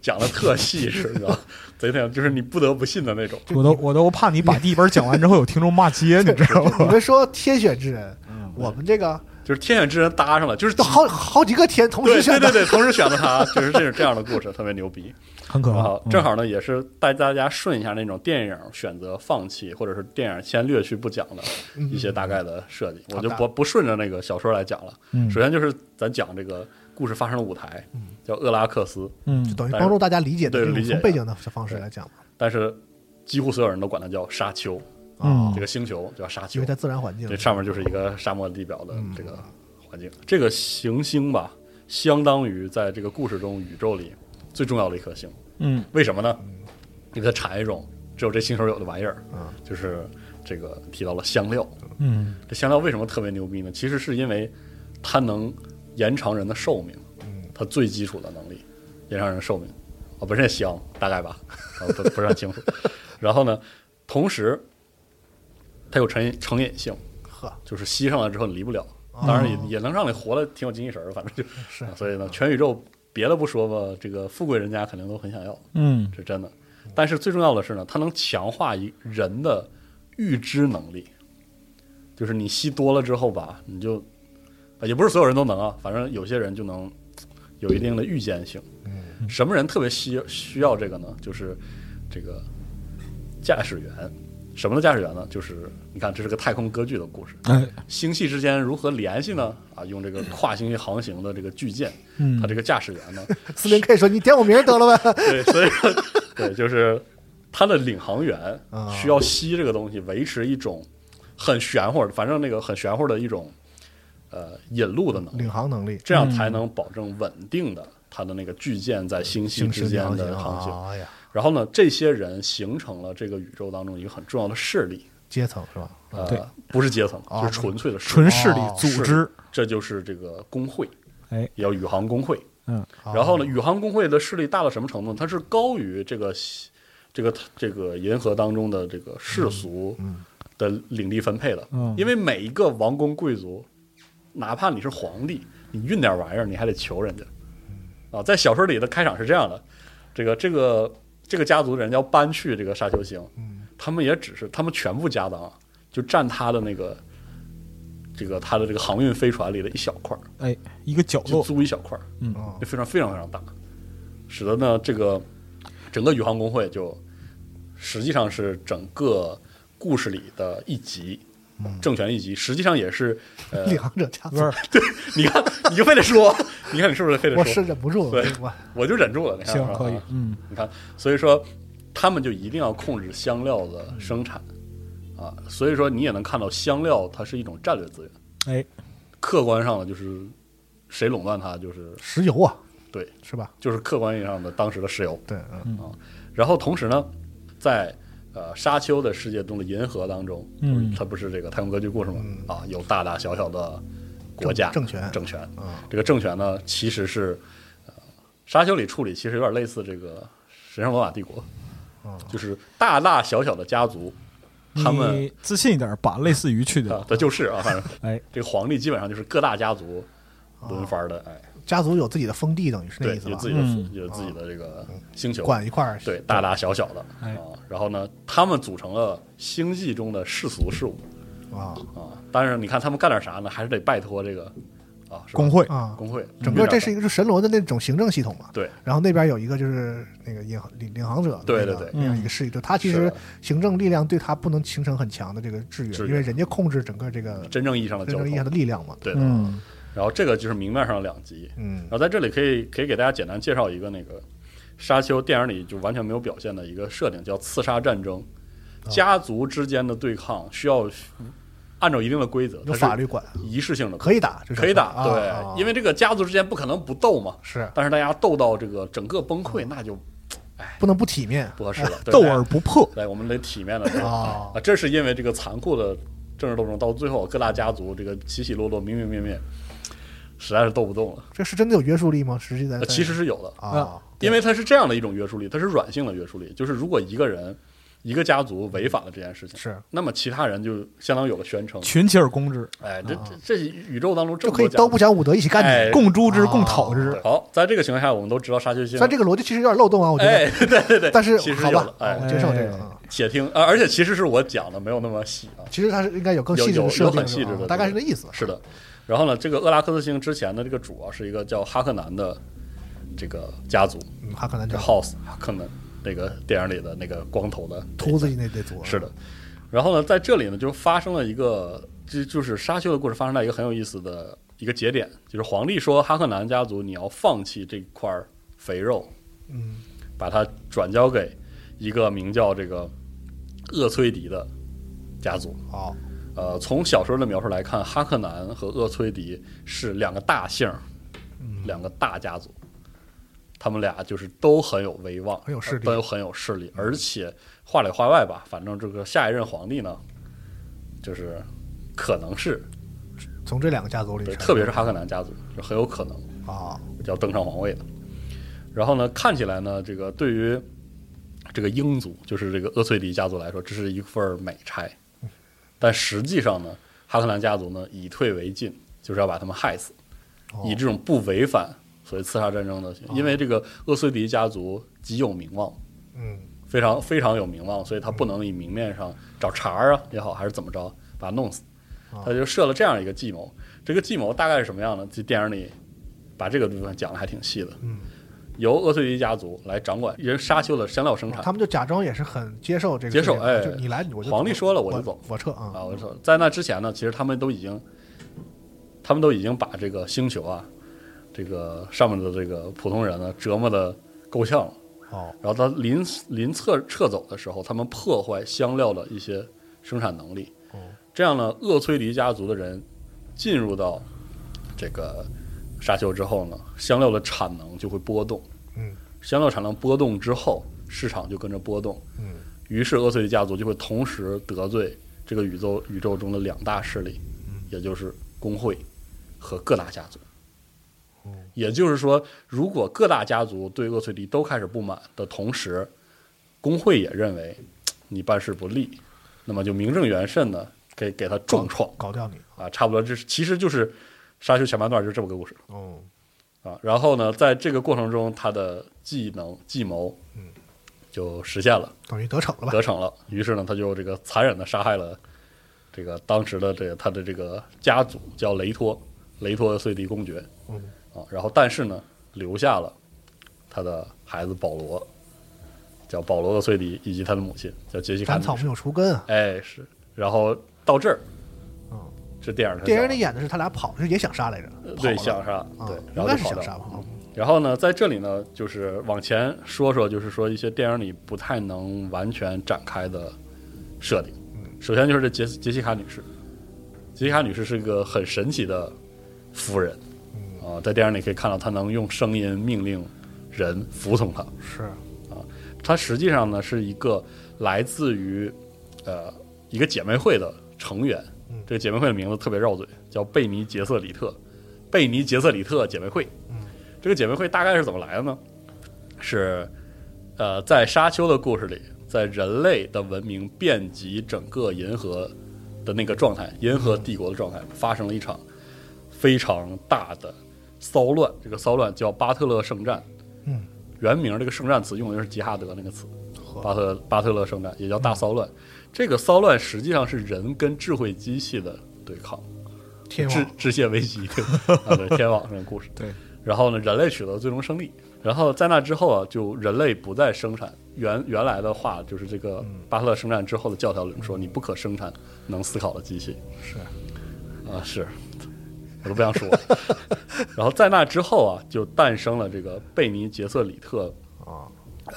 讲的特细致，你知道吗， 贼那样，就是你不得不信的那种。
我都我都怕你把第一本讲完之后有听众骂街，你知 道
你
吗？
们说天选之人，我们这个
就是天选之人搭上了，嗯就是
都好好几个天同时
对对
选
对
的，
对，同时选了他， 就是这种这样的故事特别牛逼。
很可
然
怕
后。正好呢，也是带大家顺一下那种电影选择放弃，或者是电影先略去不讲的一些大概的设计，我就不不顺着那个小说来讲了。
嗯
首先就是咱讲这个故事发生的舞台，叫厄拉克斯，
嗯，
就
嗯
等于
但是
帮助大家理解的
对
这种
理解
从背景的方式来讲嘛
但是几乎所有人都管它叫沙丘，
啊
嗯
这，个星球叫沙
因
丘
为，在自然环境
这上面就是一个沙漠地表的这个环境。这个行星吧，相当于在这个故事中宇宙里最重要的一颗星。
嗯，
为什么呢？因为它产一种只有这星球有的玩意儿，
嗯
就是这个提到了香料。
嗯，
这香料为什么特别牛逼呢？其实是因为它能延长人的寿命，它最基础的能力，延长人寿命。啊，本身也香，大概吧，啊、不不是很清楚。然后呢，同时它有成瘾成瘾性，
呵，
就是吸上了之后你离不了。当然也也能让你活得挺有精气神儿的，反正就是啊所以呢，全宇宙别的不说吧，这个富贵人家肯定都很想要。
嗯，
是真的。但是最重要的是呢，它能强化一人的预知能力，就是你吸多了之后吧，你就呃也不是所有人都能啊，反正有些人就能有一定的预见性。什么人特别需需要这个呢？就是这个驾驶员。什么的驾驶员呢？就是你看，这是个太空歌剧的故事，
哎，
星系之间如何联系呢？啊，用这个跨星系航行的这个巨舰，
嗯
它这个驾驶员呢，
四零 K 说你点我名儿得了呗，
对，所以说对，就是他的领航员
啊
需要吸这个东西，维持一种很玄乎，反正那个很玄乎的一种呃引路的能力，
领航能力，
这样才能保证稳定的它的那个巨舰在星系之间的航行。
哎呀，
然后呢，这些人形成了这个宇宙当中一个很重要的势力，
阶层是吧？
呃
对，
不是阶层，就是
哦
纯粹的势力
纯势力组织，
这哦就是这个工会，
哎，
也叫宇航工会。
嗯，
哦
然后呢，宇航工会的势力大到什么程度呢？它是高于这个西这个这个银河当中的这个世俗的领地分配的，
嗯
因为每一个王公贵族，哪怕你是皇帝，你运点玩意儿，你还得求人家。啊，在小说里的开场是这样的，这个这个这个家族的人要搬去这个沙丘星，他们也只是他们全部家当啊就占他的那个这个他的这个航运飞船里的一小块儿，
哎，一个角
就
落，
租一小块儿，
嗯
哦
就非常非常非常大，使得呢这个整个宇航工会就实际上是整个故事里的一集，
嗯
政权一级，实际上也是呃，
两者加
不是
分，
你看你就非得说， 你看你是不是非得
我是
说？
忍不住了
对，
我
我就忍住了，你看
行
是吧
可以，嗯，
你看，所以说他们就一定要控制香料的生产啊，所以说你也能看到香料它是一种战略资源，
哎，
客观上的就是谁垄断它，就是
石油啊，
对，
是吧？
就是客观意义上的当时的石油。啊
对，嗯，
然后同时呢，在呃沙丘的世界中的银河当中，
嗯
它不是这个太空歌剧故事吗？啊，有大大小小的国家
嗯政政权
政权，
嗯
这个政权呢其实是、呃沙丘里处理其实有点类似这个神圣罗马帝国，
嗯
就是大大小小的家族，他们
你自信一点，把类似于去
啊
掉，，
对，就是啊，反正
哎，
这个皇帝基本上就是各大家族轮番的，哎，
家族有自己的封地，等于哦是那
对
意，思
有
吧哦
自？己的
嗯
有自己的这个星球，
管一块儿，
对，大大小小的、
哎
啊。然后呢，他们组成了星际中的世俗事务
啊
啊。但是你看他们干点啥呢？还是得拜托这个啊是吧
工会，
啊，
工会。
整个这是一
个
个就是神罗的那种行政系统嘛，
对
然后那边有一个就是那个领航领领航者的
对
那个，
对对
那样一个势力，就他其
是
实
的
行政力量对他不能形成很强的这个制约
制，约
因为人家控制整个这个
真正意义上的
真
交
正意义
通
上的。力量嘛。
对的。
嗯，
然后这个就是明面上的两极。
嗯
然后在这里可以可以给大家简单介绍一个那个沙丘电影里就完全没有表现的一个设定，叫刺杀战争。
啊
家族之间的对抗需要按照一定的规则，
有
呃它是
法律管，
仪式性的，
可以打，这是
可以打，
啊
对，
啊
因为这个家族之间不可能不斗嘛，
是
但是大家斗到这个整个崩
嗯
溃，那就
不能不体面
不合适
哎
了。对哎
斗而，不破，
来，我们得体面的
啊
啊，这是因为这个残酷的政治斗争到最后，各大家族这个起起落落、明明灭灭，实在是斗不动了。
这是真的有约束力吗？实际在
呃其实是有的，
啊，
因为它是这样的一种约束力，它是软性的约束力，就是如果一个人、一个家族违反了这件事情，
是
那么其他人就相当有了宣称，
群起而攻之，
哎，这这这宇宙当中这
啊就
么
可以都
多家
不
族。
讲武德一起干
哎
你。
共诛之，
啊
共讨之
对，好，在这个情况下，我们都知道沙丘
虽
星
然这个逻辑其实有点漏洞啊，我觉
哎，
得，
对对对，
但是
其实
好
有
吧
了，，
啊
哎，
我接受这个
哎
啊。
且听啊，而且其实是我讲的没有那么细啊，
其实它是应该有更
有
细致
有
的设
有
定
很细致
啊
的，
大概是这意思。
是的。然后呢，这个厄拉克斯星之前的这个主啊，是一个叫哈克南的这个家族，
嗯，哈克南
这
讲
House 哈克南那个电影里的那个光头的
秃子那那组
是的。然后呢，在这里呢，就发生了一个，这就是沙丘的故事发生在一个很有意思的一个节点，就是皇帝说哈克南家族你要放弃这块肥肉，
嗯，
把它转交给一个名叫这个厄崔迪的家族。
好，
呃，从小说的描述来看，哈克南和厄崔迪是两个大姓儿，
嗯
两个大家族，他们俩就是都很有威望，
很有势力
都很有势力，而且话里话外吧，反正这个下一任皇帝呢，就是可能是
从这两个家族里
对，
选，
特别是哈克南家族，就很有可能
啊，
要登上皇位的。然后呢，看起来呢，这个对于这个英族，就是这个厄崔迪家族来说，这是一份儿美差。但实际上呢，哈克兰家族呢以退为进，就是要把他们害死，
哦
以这种不违反所谓刺杀战争的，因为这个厄崔迪家族极有名望，
嗯，
非常非常有名望，所以他不能以明面上找茬儿啊也好，还是怎么着把他弄死
啊。
他就设了这样一个计谋，这个计谋大概是什么样呢？这电影里把这个部分讲的还挺细的。
嗯，
由厄崔迪家族来掌管人沙丘的香料生产。
他们就假装也是很接受这个
接受
事情的啊
哎
就你来我就
皇帝说了
我
我就走
我撤啊
啊，我说在那之前呢，其实他们都已经，他们都已经把这个星球啊，这个上面的这个普通人呢折磨的够呛了。
哦，
然后他临临撤撤走的时候，他们破坏香料的一些生产能力。
哦
这样呢，厄崔迪家族的人进入到这个沙丘之后呢，香料的产能就会波动。
嗯，
香料产能波动之后，市场就跟着波动。
嗯，
于是厄崔迪家族就会同时得罪这个宇宙宇宙中的两大势力，也就是工会和各大家族。也就是说，如果各大家族对厄崔迪都开始不满的同时，工会也认为你办事不力，那么就名正言顺的给给他重创
搞掉你，
啊，差不多这是其实就是沙丘前半段就是这么个故事
哦，
啊。然后呢，在这个过程中，他的技能计谋
嗯
就实现了，
等于得逞了吧？
得逞了。于是呢，他就这个残忍的杀害了这个当时的这个他的这个家族叫雷托，雷托的碎地公爵。
嗯，
啊，然后但是呢，留下了他的孩子保罗，叫保罗的崔迪，以及他的母亲叫杰西卡
斩
女士。
草没有除根啊，
哎，是。然后到这儿，这电影他
嗯电影
讲
里演的是他俩跑，是也想杀来着，跑
对
了
想杀，
啊
对，然
应
后
该
就是
想
跑掉嗯
杀吧。啊
然后呢，在这里呢，就是往前说说，就是说一些电影里不太能完全展开的设定。首先就是这杰杰西卡女士，杰西卡女士是一个很神奇的夫人啊、在电影里可以看到她能用声音命令人服从她。
是
她实际上呢是一个来自于呃一个姐妹会的成员
嗯，
这个姐妹会的名字特别绕嘴，叫贝尼杰瑟里特，贝尼杰瑟里特姐妹会
嗯。
这个姐妹会大概是怎么来的呢？是呃，在沙丘的故事里，在人类的文明遍及整个银河的那个状态，银河
嗯
帝国的状态，发生了一场非常大的骚乱。这个骚乱叫巴特勒圣战。
嗯，
原名这个圣战词用的就是吉哈德那个词，
呵
巴特巴特勒圣战也叫大骚乱。这个骚乱实际上是人跟智慧机器的对抗。
天
致
网
致谢 危机，对吧？啊，对，天网上的故事。
对，
然后呢，人类取得最终胜利。然后在那之后啊，就人类不再生产。原原来的话就是这个
嗯
巴特勒生产之后的教条里面说，你不可生产能思考的机器。
是
啊，是，我都不想说。 然后在那之后啊，就诞生了这个贝尼杰瑟里特，
啊，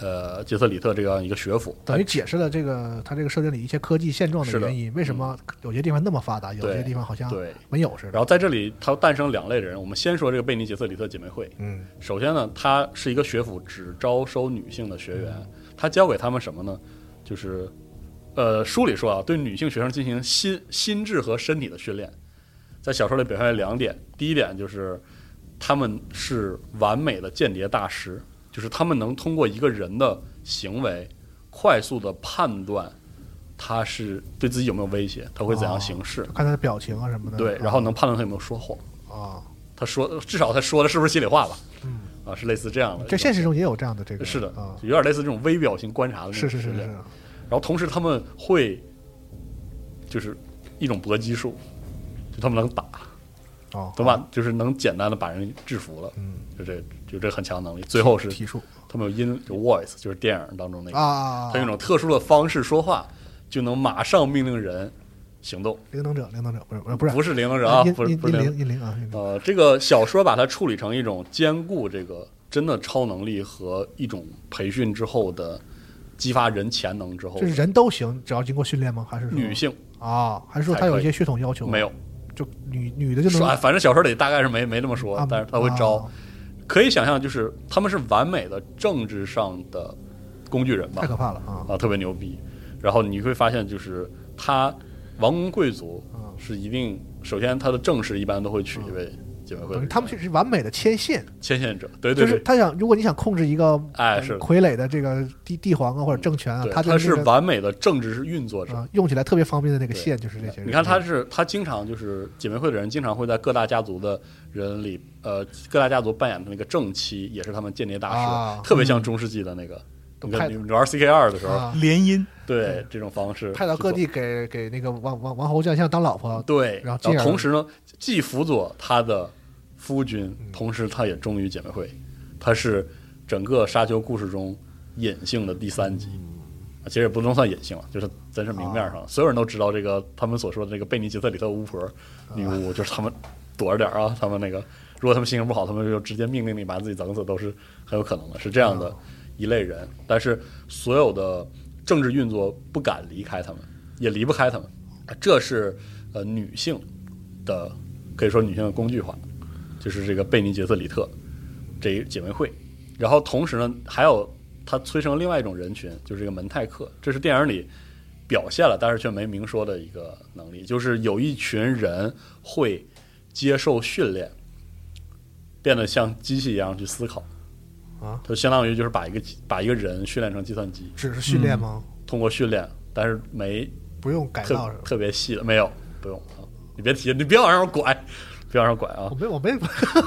呃，杰瑟里特这样一个学府。
等于解释了这个他这个设定里一些科技现状的
是的嗯
原因，为什么有些地方那么发达，有些
对
地方好像
对
没有似的。
然后在这里，它诞生两类人。我们先说这个贝尼杰瑟里特姐妹会。
嗯，
首先呢，它是一个学府，只招收女性的学员。它教给他们什么呢？就是，呃，书里说啊，对女性学生进行心心智和身体的训练。在小说里表现为两点，第一点就是他们是完美的间谍大师，就是他们能通过一个人的行为快速的判断他是对自己有没有威胁，他会怎样行事，
看他的表情啊什么的。
对，
啊
然后能判断他有没有说谎，
啊，
他说至少他说的是不是心里话吧，
嗯，
啊，是类似这样的。
在现实中也有这样的这个。
是的
啊，，
有点类似这种微表情观察的那种
是是是
训
是
练
是。
然后同时他们会就是一种搏击术，就他们能打，
哦，
对吧？就是能简单的把人制服了，
嗯，
就这就这很强的能力。最后是
体术
他们有音有 voice，就是电影当中
啊
那个，
啊，啊
他用一种特殊的方式说话，就能马上命令人行动。
灵能者，灵能者不是呃不是不是
不是灵能人啊，
阴
不是
阴
不是
阴
灵
灵阴灵啊，阴灵
呃，这个小说把它处理成一种兼顾这个真的超能力和一种培训之后的激发人潜能之后
就
的
是人都行，只要经过训练吗？还是说
哦女性
啊？还是说
才
他有
可
一
以
些血统要求？啊
没有，，
就女女的就
说哎
能
反正小说里大概是没没这么说
啊，
但是他会招
啊，
可以想象就是他们是完美的政治上的工具人吧
太，可怕了啊！
啊，特别牛逼。然后你会发现，就是他王公贵族
啊
是一定，首先他的正室一般都会娶一位姐妹会
等
的
于他们是完美的牵线，
牵线者，对对
就是
对，
他想，如果你想控制一个
哎
呃
是的
傀儡的这个帝帝皇啊或者政权啊
对，，
他就
他是
那个
完美的政治运作者。
啊用起来特别方便的那个
对
线就是这些人。
你看，他是他经常就是姐妹会的人，经常会在各大家族的人里，呃，各大家族扮演的那个正妻，也是他们间谍大师，
啊
特别像中世纪的那个。
都
你看
派
你你玩 CK 二的时候，
啊
联姻
对这种方式
派到
去
各
做嗯
地给给那个王王王侯将相当老婆，
对，
然
然
后进而
同时呢，既辅佐他的夫君，
嗯
同时他也忠于姐妹会，他是整个沙丘故事中隐性的第三集。
嗯
啊其实也不能算隐性了，就是真是明面上，
啊
所有人都知道这个他们所说的这个贝尼杰特里特巫婆女
啊
巫，就是他们躲着点儿啊，他们那个如果他们心情不好，他们就直接命令你把自己整死，都是很有可能的，是这样
啊
的一类人。但是所有的政治运作不敢离开他们，也离不开他们，这是呃女性的可以说女性的工具化，就是这个贝尼杰瑟里特这一姐妹会。然后同时呢，还有它催生另外一种人群，就是这个门泰克，这是电影里表现了，但是却没明说的一个能力，就是有一群人会接受训练，变得像机器一样去思考。
啊，
就相当于就是把一个把一个人训练成计算机，
只是训练吗？
通过训练，但是没
不用改造
嗯特
是吧？
特别细的，没有，不用啊，你别提，你别往上拐，别往上拐啊
我，没我 没我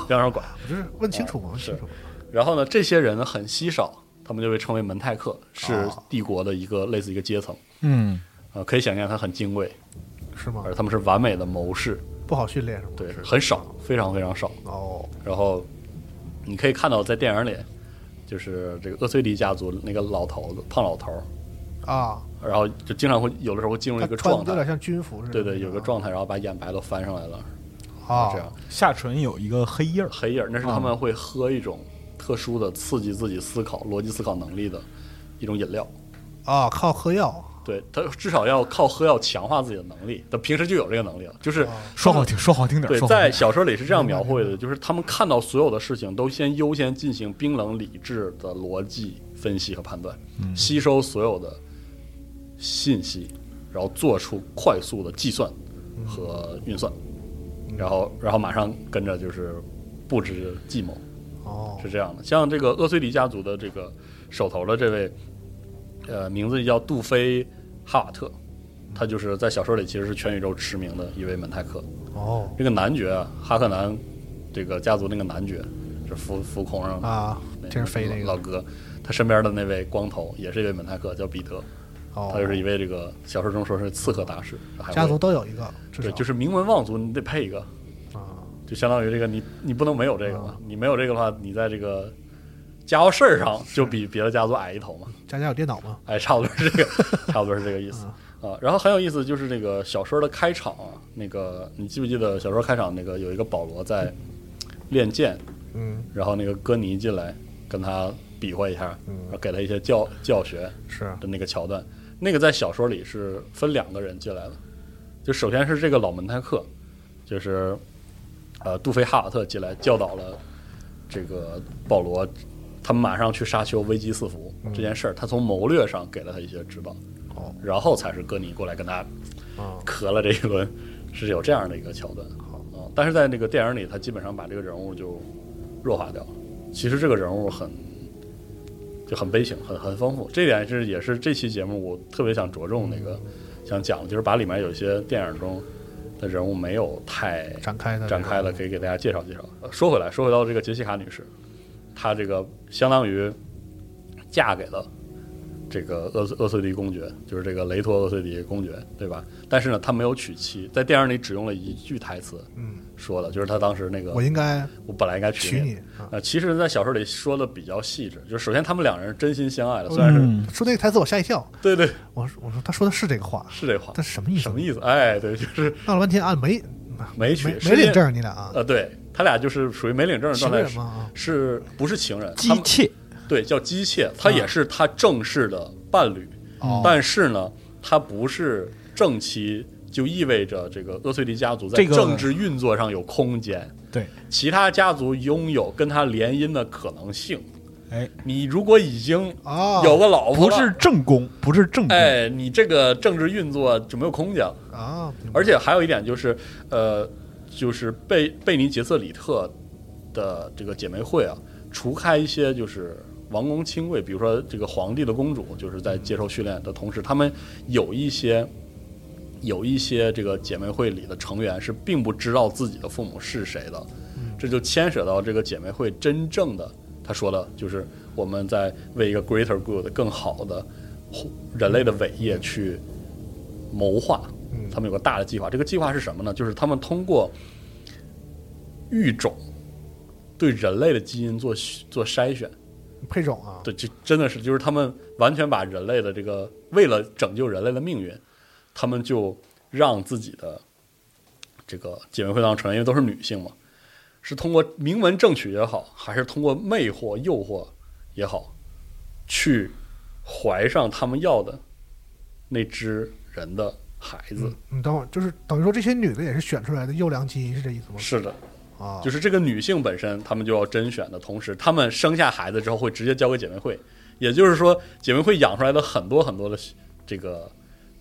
别往上拐。
就是问清楚嘛，问
是
清楚嘛。
然后呢，这些人呢很稀少，他们就被称为门泰克，是
哦
帝国的一个类似一个阶层，
嗯，
啊，可以想象他很敬畏，
是吗
而？他们是完美的谋士，
不好训练是吗？
对，
是
很少，非常非常少。
哦，
然后你可以看到在电影里，就是这个厄崔迪家族那个老头子，胖老头儿，
啊，
然后就经常会有的时候会进入一
它
个
穿
状
有
态
点，像军服似的。啊
对对，有个状
态
态，然后把眼白都翻上来了，
啊，
这样
下唇有一个黑印儿，
黑印儿，那是他们会喝一种特殊的刺激自己思考、逻辑思考能力的一种饮料。
啊，靠喝药
对他至少要靠喝药强化自己的能力，他平时就有这个能力了。就是
啊
说好听，说好听点，
对，
说好听
在
点
小说里是这样描绘的，就是他们看到所有的事情都先优先进行冰冷理智的逻辑分析和判断，
嗯
吸收所有的信息，然后做出快速的计算和运算，然后然后马上跟着就是布置计谋。
哦
是这样的，像这个厄崔迪家族的这个手头的这位，呃，名字叫杜菲哈瓦特，他就是在小说里其实是全宇宙驰名的一位门泰克。
哦
这个男爵啊，哈克南这个家族那个男爵，是浮浮空上的
啊，这是飞那
老
个
哥，他身边的那位光头也是一位门泰克，叫彼得，
哦，
他就是一位这个小说中说是刺客大师，还会
家族都有一个，至
对，
少
就是名门望族，你得配一个，
啊，
就相当于这个你你不能没有这个嘛，你没有这个的话，你在这个家伙事儿上就比别的家族矮一头嘛，
家家有电脑嘛，
哎，差不多是这个，差不多是这个意思啊。然后很有意思就是这个小说的开场啊，那个你记不记得小说开场那个有一个保罗在练剑，
嗯，
然后那个哥尼进来跟他比划一下，然后给他一些教教学
是
的那个桥段，那个在小说里是分两个人进来的，就首先是这个老门泰克，就是呃杜菲哈瓦特进来教导了这个保罗，他们马上去沙丘危机四伏这件事儿，他从谋略上给了他一些指导，
嗯哦
然后才是哥尼过来跟他
啊
咳了这一轮，是有这样的一个桥段。啊，但是在那个电影里，他基本上把这个人物就弱化掉了。其实这个人物很就很悲情，很很丰富。这点是也是这期节目我特别想着重那个想讲的，就是把里面有些电影中的人物没有太
展开的
展开了，
的
可以给大家介绍介绍。呃说回来，说回到这个杰西卡女士，她这个相当于嫁给了这个厄厄崔迪公爵，就是这个雷托厄崔迪公爵，对吧？但是呢，她没有娶妻，在电影里只用了一句台词
嗯，
说的，就是她当时那个
我应该
我本来应该娶
娶你。啊，
呃，其实，在小说里说的比较细致，就是首先他们两人真心相爱了，虽然是、
嗯
说那个台词我吓一跳，
对对
我说我说他说的是这个话，
是这话
但，是什么意思？
什么意思？哎，对，就是
闹了半天啊，没
没娶，
没
是
没
因
领证，你俩啊，
呃，对他俩就是属于没领证的
情
状态
人，嘛啊，
是不是情人？
姬
他们
妾，
对，叫姬妾，她
啊
也是他正式的伴侣，
哦
但是呢，她不是正妻，就意味着这个厄崔迪家族在
这个
政治运作上有空间，
对，
其他家族拥有跟他联姻的可能性。
哎，啊
你如果已经
哦
有个老婆
不
了，
是正宫，不是正宫，
哎，你这个政治运作就没有空间了。
啊，明白
而且还有一点就是，呃，就是贝贝尼杰瑟里特的这个姐妹会啊，除开一些就是王公亲贵，比如说这个皇帝的公主，就是在接受训练的同时，他们有一些有一些这个姐妹会里的成员是并不知道自己的父母是谁的，这就牵扯到这个姐妹会真正的他说的就是我们在为一个 greater good 更好的人类的伟业去谋划，
嗯
他们有个大的计划。这个计划是什么呢？就是他们通过育种对人类的基因做做筛选，
配种啊，
对，这真的是就是他们完全把人类的这个为了拯救人类的命运，他们就让自己的这个姐妹会当成员，因为都是女性嘛，是通过明文正娶也好，还是通过魅惑、诱惑也好，去怀上他们要的那只人的孩子。
嗯你等会儿就是等于说这些女的也是选出来的优良基因是这意思吗？
是的，
啊，
就是这个女性本身，她们就要甄选的同时，她们生下孩子之后会直接交给姐妹会，也就是说，姐妹会养出来的很多很多的这个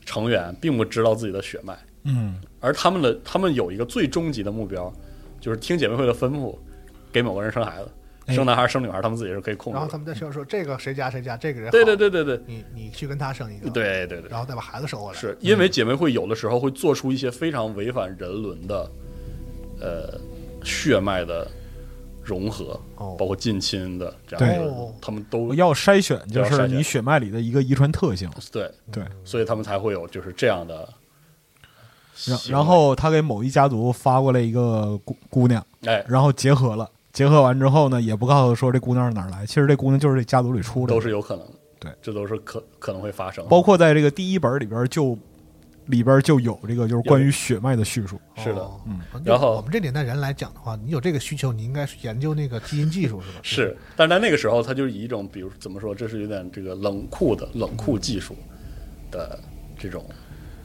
成员，并不知道自己的血脉，
嗯，
而他们的他们有一个最终极的目标，就是听姐妹会的吩咐，给某个人生孩子，
哎
生男孩生女孩，他们自己是可以控制
然后他
的。
们在学校说这个谁家谁家这个人好，
对对对对对
你你去跟他生一个，，
对对对，
然后再把孩子收过来，
是因为姐妹会有的时候会做出一些非常违反人伦的，呃，血脉的融合，
哦
包括近亲的这
对哦
样的，他们都
要筛选就
要筛
是
选
你血脉里的一个遗传特性，
对，
对，
所以他们才会有就是这样的
然
行为。
然后他给某一家族发过来一个姑姑娘，
哎，
然后结合了，结合完之后呢，也不告诉说这姑娘是哪儿来，其实这姑娘就是这家族里出来的，
都是有可能的。
对，
这都是可可能会发生的。
包括在这个第一本里边就里边就有这个就是关于血脉的叙述。
是的
哦
嗯
啊
然后
我们这年代人来讲的话，你有这个需求，你应该是研究那个基因技术是吧？
是，但是在那个时候，他就是以一种，比如怎么说，这是有点这个冷酷的冷酷技术的这种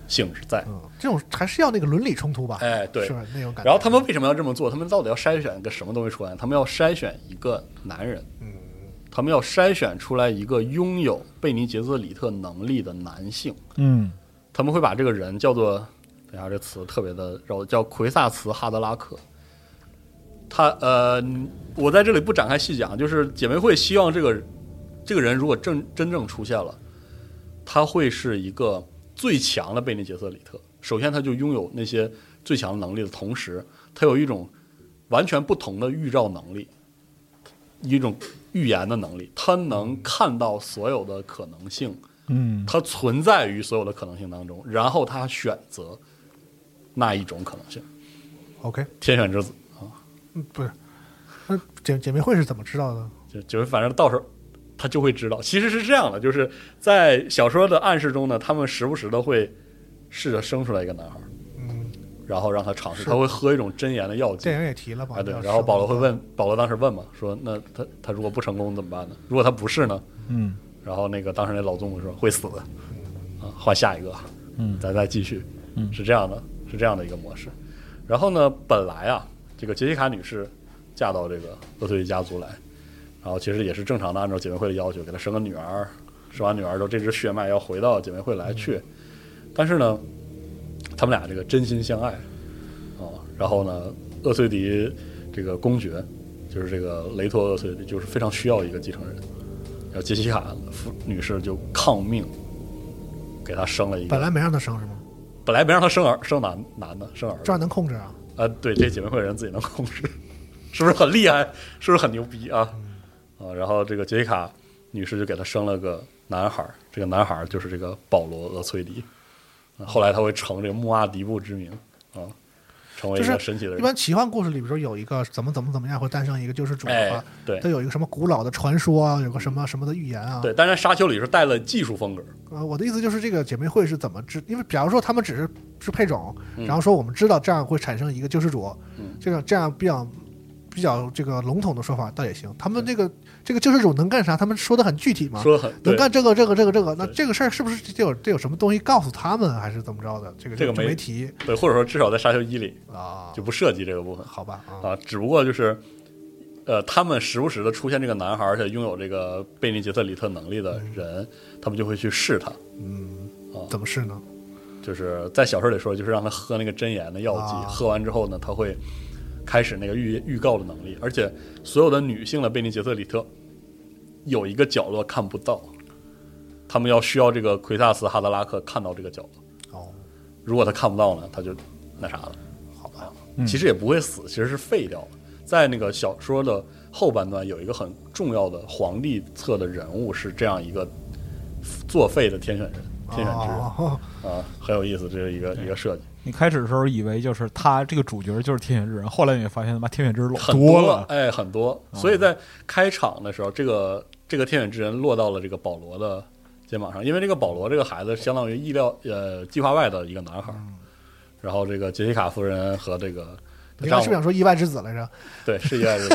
性质在。
嗯，这种还是要那个伦理冲突吧？
哎对
是吧？那种感觉。
然后他们为什么要这么做？他们到底要筛选一个什么东西出来？他们要筛选一个男人，
嗯
他们要筛选出来一个拥有贝尼杰斯里特能力的男性。
嗯，
他们会把这个人叫做，等一下这词特别的绕，叫奎萨茨哈德拉克。他呃，我在这里不展开细讲，就是姐妹会希望这个这个人如果正真正出现了，他会是一个最强的贝内杰瑟里特。首先，他就拥有那些最强的能力的同时，他有一种完全不同的预兆能力，一种预言的能力，他能看到所有的可能性。
嗯，
它存在于所有的可能性当中，然后他选择那一种可能性，
，OK，
天选之子啊，
嗯，不是，那姐姐妹会是怎么知道的？
就就是反正到时候他就会知道。其实是这样的，就是在小说的暗示中呢，他们时不时的会试着生出来一个男孩，
嗯，
然后让他尝试，
是
他会喝一种真言的药剂
电。影也提了吧？
啊，对
要，
然后保罗会
生
问，保罗当时问嘛，说那他他如果不成功怎么办呢？如果他不是呢？
嗯，
然后那个当时那老宗母说会死的，啊，换下一个，
嗯
咱再继续，
嗯
是这样的，是这样的一个模式。然后呢，本来啊，这个杰西卡女士嫁到这个厄崔家族来，然后其实也是正常的，按照姐妹会的要求，给她生个女儿，生完女儿之后，这只血脉要回到姐妹会来去。但是呢，他们俩这个真心相爱啊、然后呢，厄崔迪这个公爵，就是这个雷托厄崔迪，就是非常需要一个继承人。然后杰西卡夫女士就抗命，给他生了一个。
本来没让他生是吗？
本来没让他生儿，生男男的，生儿
这
子。
样能控制啊？
啊，对，这姐妹会人自己能控制， 是不是很厉害？是不是很牛逼啊？
嗯
啊，然后这个杰西卡女士就给他生了个男孩儿，这个男孩儿就是这个保罗·厄崔迪。啊后来他会承这个穆阿迪布之名啊，成为一
就
个
是
神奇的
一
人。
般奇幻故事里，比如说有一个怎么怎么怎么样会诞生一个救世主的
哎
话，，
对
它有一个什么古老的传说啊，有个什么什么的预言啊。
对，但是沙丘里是带了技术风格，
呃，我的意思就是，这个姐妹会是怎么知？因为假如说他们只是是配种，
嗯
然后说我们知道这样会产生一个救世主，
嗯
这样这样比较比较这个笼统的说法倒也行。他们这个这个救世主能干啥？他们说的很具体吗？
说得很
啊能
对，
干这个这个这个这个，那
对
这个事儿是不是得有得有什么东西告诉他们，还是怎么着的？这个
这个
就
没
没提
对，或者说至少在沙丘一里
啊，
就不涉及这个部分。
好吧啊，
啊，只不过就是，呃，他们时不时的出现这个男孩儿，而且拥有这个贝尼杰特里特能力的人，他们就会去试他，
嗯
啊，
怎么是呢？
就是在小说里说，就是让他喝那个真言的药剂，
啊
喝完之后呢，他会开始那个预预告的能力，而且所有的女性的贝尼杰特里特有一个角落看不到，他们要需要这个奎萨斯哈德拉克看到这个角落，
哦，
如果他看不到呢，他就那啥了。
好吧，
嗯
其实也不会死，其实是废掉了。在那个小说的后半段，有一个很重要的皇帝册的人物是这样一个作废的天选人、天选之人、
哦
啊，很有意思，这是一个
哎
一个设计，
你开始的时候以为就是他这个主角就是天选之人，后来你发现他妈天选之人老
哦
很多
了，
哎，很多。所
嗯
以在开场的时候，这个这个天选之人落到了这个保罗的肩膀上，因为这个保罗这个孩子相当于意料呃计划外的一个男孩儿。
嗯
然后这个杰西卡夫人和这个
你刚才是不
丈夫
是想说意外之子来着？
对，是一爱人，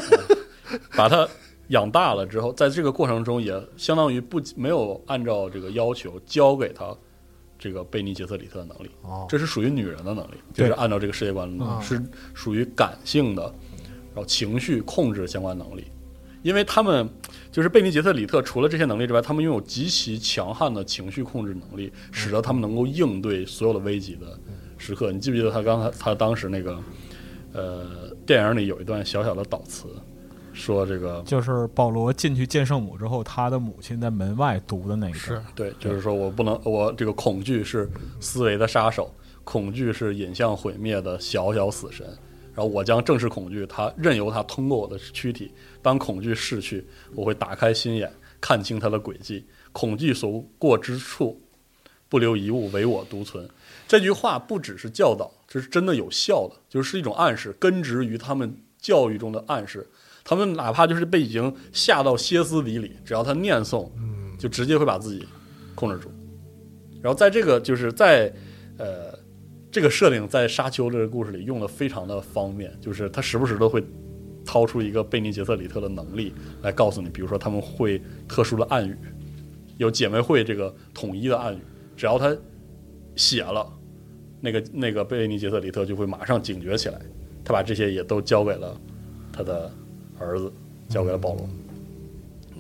嗯把它养大了之后，在这个过程中也相当于不没有按照这个要求教给他这个贝尼杰特里特的能力，
哦，
这是属于女人的能力，就
对
是按照这个世界观的能力，
嗯
是属于感性的，然后情绪控制相关能力。因为他们就是贝尼杰特里特，除了这些能力之外，他们拥有极其强悍的情绪控制能力，使得他们能够应对所有的危急的时刻。你记不记得他刚才他当时那个呃电影里有一段小小的导词，说这个
就是保罗进去见圣母之后，他的母亲在门外读的那个，
是
对，就是说我不能，我这个恐惧是思维的杀手，恐惧是引向毁灭的小小死神。然后我将正视恐惧，它任由它通过我的躯体。当恐惧逝去，我会打开心眼，看清它的轨迹。恐惧所过之处，不留一物，唯我独存。这句话不只是教导，这是真的有效的，就是一种暗示，根植于他们教育中的暗示。他们哪怕就是被已经吓到歇斯底里，只要他念诵就直接会把自己控制住。然后在这个就是在呃这个设定在沙丘这个故事里用的非常的方便，就是他时不时的会掏出一个贝尼杰特里特的能力来告诉你，比如说他们会特殊的暗语，有姐妹会这个统一的暗语，只要他写了，那个那个贝尼杰特里特就会马上警觉起来，他把这些也都交给了他的儿子，交给了保罗。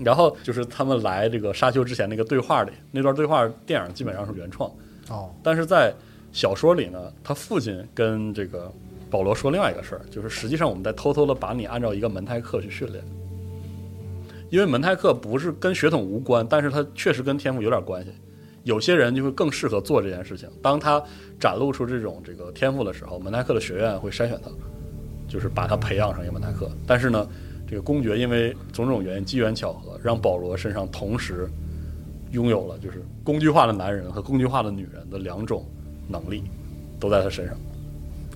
然后就是他们来这个沙丘之前那个对话里，那段对话电影基本上是原创，
哦，
但是在小说里呢，他父亲跟这个保罗说另外一个事儿，就是实际上我们在偷偷的把你按照一个门派课去训练，因为门派课不是跟血统无关，但是它确实跟天赋有点关系。有些人就会更适合做这件事情。当他展露出这种这个天赋的时候，门派克的学院会筛选他，就是把他培养成一个门派克。但是呢，这个公爵因为种种原因，机缘巧合，让保罗身上同时拥有了就是工具化的男人和工具化的女人的两种能力，都在他身上。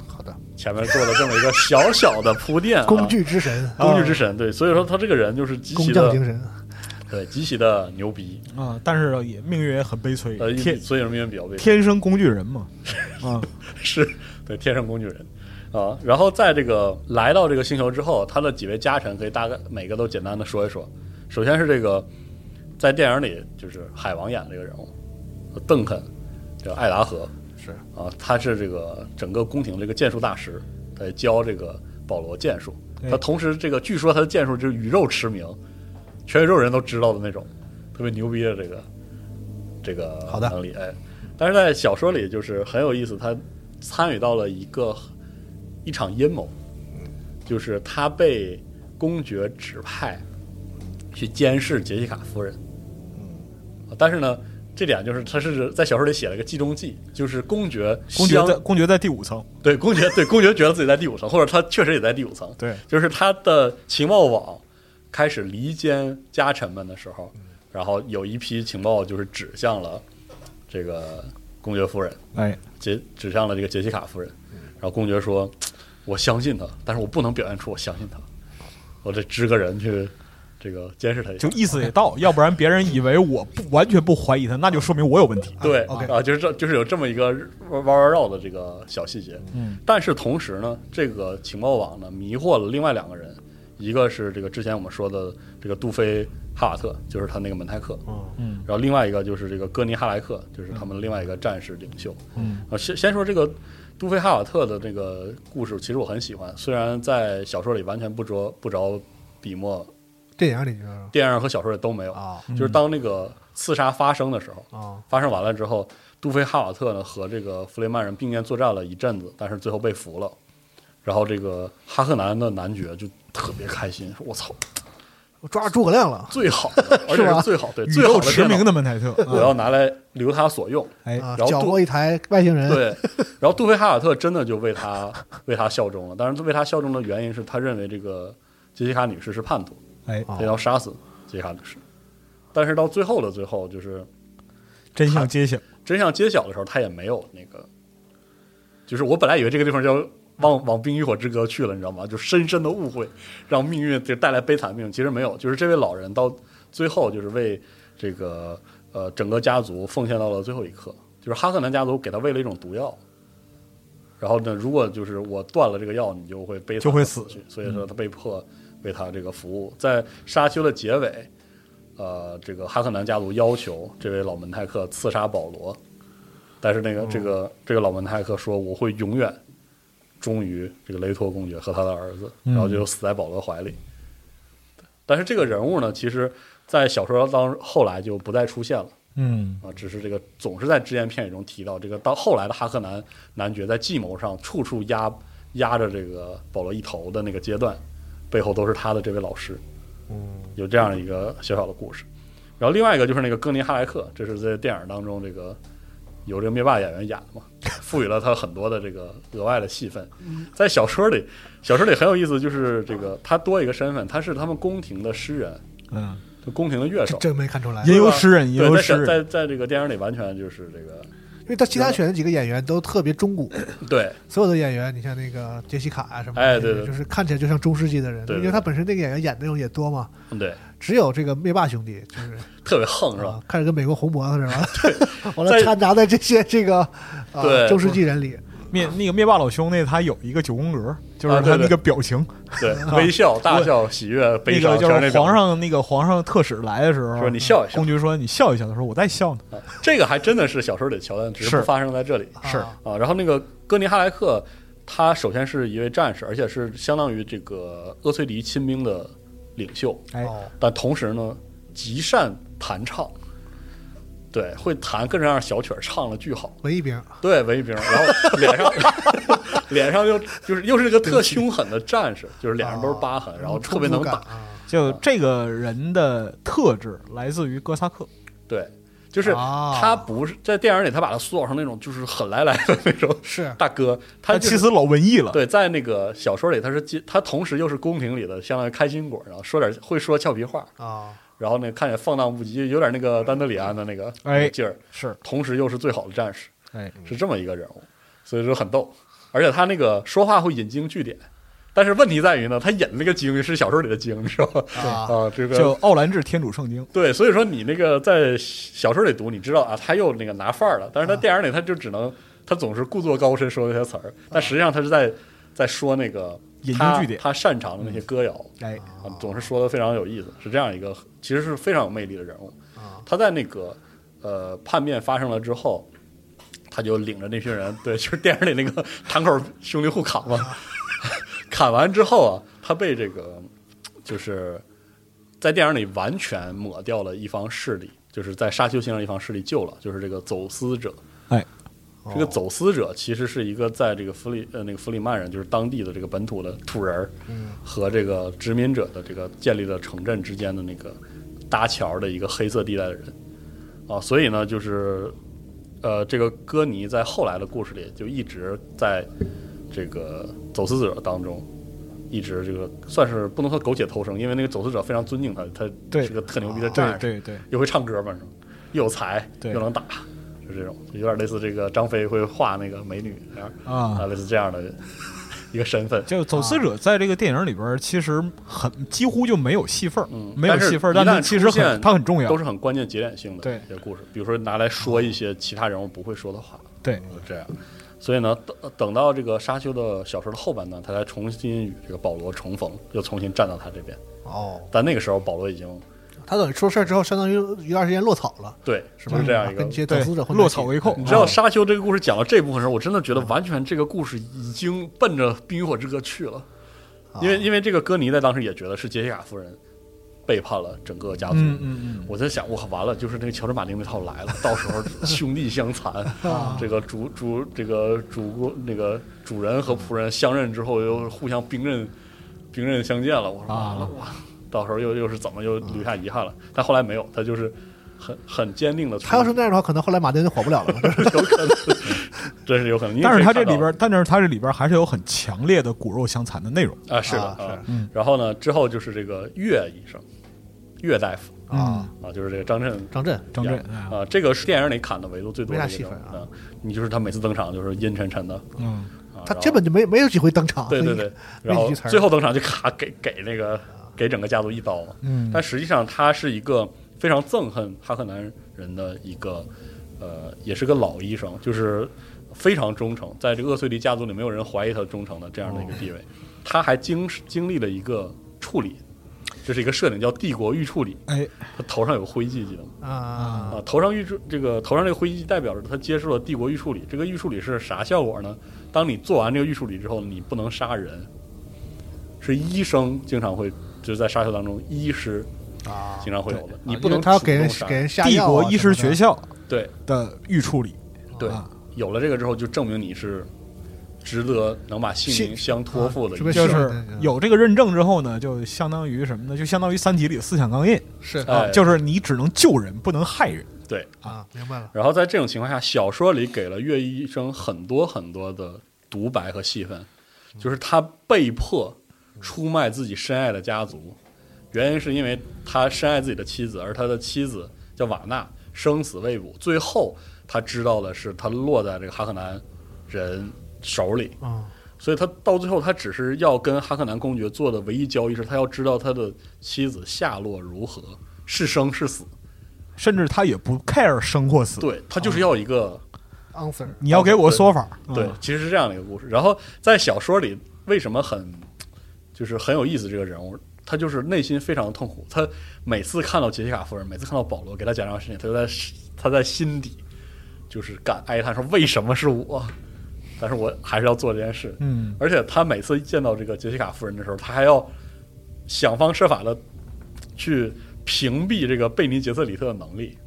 好的，
前面做了这么一个小小的铺垫、啊，
工具之神，
工具之神，对，所以说他这个人就是极
工
其
匠
的
精神，
对，呃极其的牛逼，
啊，但是也命运也很悲催
呃，，
天
所以说命运比较悲惨
天生工具人 嘛，啊，
是对天生工具人啊。然后在这个来到这个星球之后，他的几位家臣可以大概每个都简单的说一说。首先是这个在电影里就是海王演的这个人物，邓肯，这个艾达河
是
啊，他是这个整个宫廷这个剑术大师，他也教这个保罗剑术。
对
他同时这个据说他的剑术就是宇宙驰名，全宇宙人都知道的那种，特别牛逼的这个这个
好的
能力。哎，但是在小说里就是很有意思，他参与到了一个一场阴谋，就是他被公爵指派去监视杰西卡夫人。嗯，但是呢，这点就是他是在小说里写了一个计中计，就是公爵
公爵
相
在公爵在第五层，
对公爵对公爵觉得自己在第五层，或者他确实也在第五层，
对，
就是他的情报网开始离间家臣们的时候，然后有一批情报就是指向了这个公爵夫人，
哎，
杰指向了这个杰西卡夫人，然后公爵说：“我相信他，但是我不能表现出我相信他，我得支个人去这个监视他一下
就。意思也到，要不然别人以为我不完全不怀疑他，那就说明我有问题”。
对
OK
啊，就是这就是有这么一个弯弯绕的这个小细节，
嗯，
但是同时呢，这个情报网呢迷惑了另外两个人，一个是这个之前我们说的这个杜菲哈瓦特，就是他那个门泰克，
嗯，
嗯
然后另外一个就是这个戈尼哈莱克，就是他们另外一个战士领袖，
嗯
啊，先先说这个杜菲哈瓦特的这个故事，其实我很喜欢，虽然在小说里完全不着不着笔墨，
电影里就是
电影和小说里都没有，
啊
就是当那个刺杀发生的时候，
啊，
发生完了之后，杜菲哈瓦特呢和这个弗雷曼人并肩作战了一阵子，但是最后被俘了。然后这个哈克南的男爵就特别开心，说：“我操，
我抓住诸葛亮了
最好的，而且是最好对
宇
最好
宙
的
驰名
的，
的门台 特，
我
啊
要拿来留他所用。”
哎，
啊，
然后
缴
杜
获一台外星人，
对，然后杜菲哈瓦特真的就为他为他效忠了，但是为他效忠的原因是他认为这个杰西卡女士是叛徒，
哎，
哦
他要杀死杰西卡女士。但是到最后的最后，就是
真相揭晓，
真相揭晓的时候，他也没有那个，就是我本来以为这个地方叫往往冰与火之歌去了，你知道吗？就深深的误会，让命运就带来悲惨命运。其实没有，就是这位老人到最后就是为这个呃整个家族奉献到了最后一刻。就是哈克南家族给他喂了一种毒药，然后呢，如果就是我断了这个药，你就会悲惨地
就会死嗯
死去。所以说他被迫为他这个服务。在沙丘的结尾，呃，这个哈克南家族要求这位老门泰克刺杀保罗，但是那个、这个这个老门泰克说我会永远忠于这个雷托公爵和他的儿子，
嗯
然后就死在保罗怀里。但是这个人物呢，其实，在小说当后来就不再出现了。
嗯，
啊，只是这个总是在只言片语中提到这个。到后来的哈克南男爵在计谋上处处压压着这个保罗一头的那个阶段，背后都是他的这位老师。嗯，有这样一个小小的故事。然后另外一个就是那个戈尼哈莱克，这是在电影当中这个由这个灭霸演员演的嘛，赋予了他很多的这个额外的戏份。在小说里，小说里很有意思，就是这个他多一个身份，他是他们宫廷的诗人，
嗯，
就宫廷的乐
这
手。
真没看出来，
吟
对
游
吧
诗人，吟
对，
游
在
诗
小
人，
在在这个电影里完全就是这个
因为他其他选的几个演员都特别中古，
对，
所有的演员，你像那个杰西卡啊什么的，
哎对对
就是看起来就像中世纪的人，
对对
因为他本身那个演员演那种也多嘛，
嗯对，
只有这个灭霸兄弟就是
特别横 是吧？
啊，看着跟美国红脖子似 的，完了
在
掺杂在这些这 个啊
对
中世纪人里，
灭那个灭霸老兄弟，他有一个九宫格，就
啊
是
对
他
对
那个表情，
对，微笑、大笑、喜悦、悲
啊那
伤，
个就
全那
是
表
皇
情。
上那个皇上特使来的时候，
说你笑一笑
公爵说你笑一笑，他说我在笑呢，
这个还真的是小说里的桥段，只是不
是
发生在这里
是啊
啊。然后那个哥尼哈莱克，他首先是一位战士，而且是相当于这个厄崔迪亲兵的领袖，
哎，
哦，
但同时呢，极善弹唱，对，会弹各种各样的小曲儿，唱的巨好。
文艺兵，
对，文艺兵，然后 脸上脸上又就是又是一个特凶狠的战士，就是脸上都是疤痕，然后特别能
冲突
打
感。啊
就这个人的特质来自于哥萨克，
对，就是
啊
他不是在电影里，他把他塑造成那种就是很来来的那 种
是
大哥，他就是
其实老文艺了，
对，在那个小说里，他是接他同时又是宫廷里的，相当于开心果，然后说点会说俏皮话，
啊，
然后呢看起来放荡不羁，有点那个丹德里安的那个
哎
劲儿，
是，
同时又是最好的战士，
哎，
是这么一个人物，所以说很逗。而且他那个说话会引经据典，但是问题在于呢，他引的那个经是小说里的经，你知道吧？
啊
啊，这个
就奥兰治天主圣经，
对，所以说你那个在小说里读，你知道啊，他又那个拿范儿了，
啊
但是他电影里他就只能他总是故作高深说那些词儿，但实际上他是在在说那个
引经
他
据典
他擅长的那些歌谣
哎，
啊，总是说的非常有意思，是这样一个其实是非常有魅力的人物
啊。
他在那个呃叛变发生了之后。他就领着那群人，对，就是电影里那个 堂口兄弟互砍嘛，砍完之后啊，他被这个就是在电影里完全抹掉了一方势力，就是在沙丘先生一方势力救了，就是这个走私者。
哎，
这个走私者其实是一个在这个弗里呃那个弗里曼人，就是当地的这个本土的土人儿
嗯
和这个殖民者的这个建立的城镇之间的那个搭桥的一个黑色地带的人啊，所以呢，就是呃，这个戈尼在后来的故事里就一直在这个走私者当中。一直这个算是不能说苟且偷生，因为那个走私者非常尊敬他，他
对啊
是个特牛逼的战士
对，对对，
又会唱歌嘛，是吧又有才，
对
又能打，就这种，就有点类似这个张飞会画那个美女这样
啊
类似这样的一个身份。
就走私者在这个电影里边儿其实很几乎就没有戏份儿
嗯，
没有
但是
戏份儿，
一
但
旦
他其实
出现
很他很重要
都，是很关键节点性的
对
一些故事，比如说拿来说一些其他人物不会说的话，
对，
就这样。所以呢，等等到这个沙丘的小说的后半段，他才重新与这个保罗重逢，又重新站到他这边。
哦，
但那个时候，保罗已经
他等于出事儿之后，相当于一段时间落草了，
对，
是
就
吧？啊
是这样一
跟
个
这些走
对
私者，混在一
落
起
草为寇，
你知道《
啊
沙丘》这个故事讲到这部分时候，我真的觉得完全这个故事已经奔着《冰与火之歌》去了，因为因为这个戈尼在当时也觉得是杰西卡夫人背叛了整个家族。
嗯嗯嗯，
我在想，我靠，完了，就是那个乔治马丁那套来了，到时候兄弟相残，
啊
这个主主这个主那个主人和仆人相认之后，又互相兵刃兵刃相见了。我说完了，哇，到时候又又是怎么又留下遗憾了？但后来没有，他就是很很坚定的。
他要是那样的话，可能后来马丁就火不了了。
有可能，真是有可能。因为
但是
可
他这
以看到
里边儿，但是他这里边儿还是有很强烈的骨肉相残的内容
啊，是的，
啊
啊
嗯
然后呢，之后就是这个岳医生，岳大夫
啊，
啊，就是这个张震。
张 震
张震哎
啊，这个是电影里砍的维度最多的
没啥
一
戏
个人
份啊
物你就是他每次登场就是阴沉沉的，
嗯，
啊、
他
然后
根本就没没有几回登场，
对对
所以
对，然后
几句词儿
最后登场就咔给给那个给整个家族一刀嘛。
嗯
但实际上他是一个非常憎恨哈克南人的一个呃，也是个老医生，就是非常忠诚，在这个厄崔迪家族里没有人怀疑他忠诚的这样的一个地位。他还经经历了一个处理，这是一个设定叫帝国预处理，
哎，
他头上有灰记，记得吗？
啊，
啊，头上预处这个头上这个灰记代表着他接受了帝国预处理。这个预处理是啥效果呢？当你做完这个预处理之后，你不能杀人，是医生经常会就是在沙丘当中，医师
啊
经常会有的，你
啊
不
因为
能
他要
主
给人
动杀
给人下
帝
药啊
国医
什
师
么的
学校
对
的预处理，
对
啊，
有了这个之后，就证明你是值得能把性命
信
相托付的
啊
一
是
个
被
人。
就
信
是有这个认证之后呢，就相当于什么呢？就相当于《三体》里的思想钢印
是
哎
啊，就是你只能救人，不能害人。
对，
啊，明白了
然后在这种情况下，小说里给了岳医生很多很多的独白和戏份，就是他被迫出卖自己深爱的家族，原因是因为他深爱自己的妻子，而他的妻子叫瓦纳生死未卜。最后他知道的是，他落在这个哈克南人手里，
嗯，
所以他到最后，他只是要跟哈克南公爵做的唯一交易是，他要知道他的妻子下落如何，是生是死。
甚至他也不 care 生或死，
对他就是要一个、
answer
你要给我说法。
对
嗯，
其实是这样的一个故事。然后在小说里，为什么很就是很有意思？这个人物他就是内心非常的痛苦，他每次看到杰西卡夫人，每次看到保罗给他讲这样的事情，他就在他在心底就是感哀叹说：“为什么是我？”但是我还是要做这件事。
嗯，
而且他每次见到这个杰西卡夫人的时候，他还要想方设法的去屏蔽这个贝尼杰瑟里特的能力，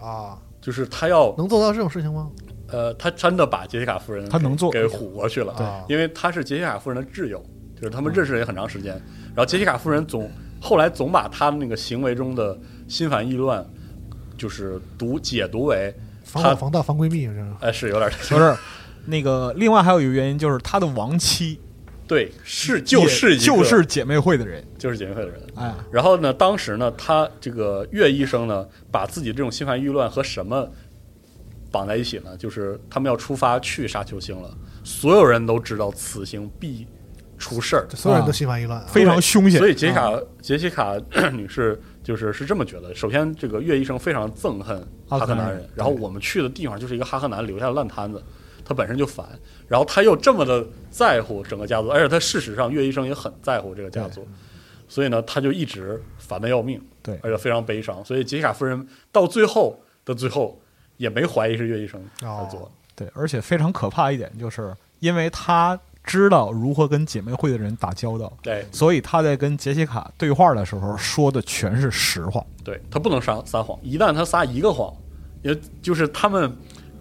啊，
就是他要
能做到这种事情吗？
呃，他真的把杰西卡夫人
他能做
给唬过去了，啊
对
因为他是杰西卡夫人的挚友，就是他们认识了也很长时间。然后杰西卡夫人总后来总把他那个行为中的心烦意乱，就是读解读为
防
他
老防盗防闺蜜这是
哎是有点儿
不是那个，另外还有一个原因就是他的亡妻
对是就是
也
一个
就是姐妹会的人，
就是姐妹会的人。
哎，
然后呢，当时呢，他这个岳医生呢，把自己这种心烦意乱和什么绑在一起呢？就是他们要出发去沙丘星了，所有人都知道此行必出事儿，
所有人都心烦意乱啊。
非常凶险。啊
所以杰西卡、杰西卡 女士就是是这么觉得。首先，这个岳医生非常憎恨哈克南人，然后我们去的地方就是一个哈克南留下的烂摊子，他本身就烦，然后他又这么的在乎整个家族，而且他事实上岳医生也很在乎这个家族，所以呢，他就一直烦得要命，
对
而且非常悲伤。所以杰西卡夫人到最后的最后也没怀疑是岳医生
哦
在做的。
对，而且非常可怕一点就是，因为他知道如何跟姐妹会的人打交道，
对
所以他在跟杰西卡对话的时候说的全是实话。
对他不能撒撒谎，一旦他撒一个谎，也就是他们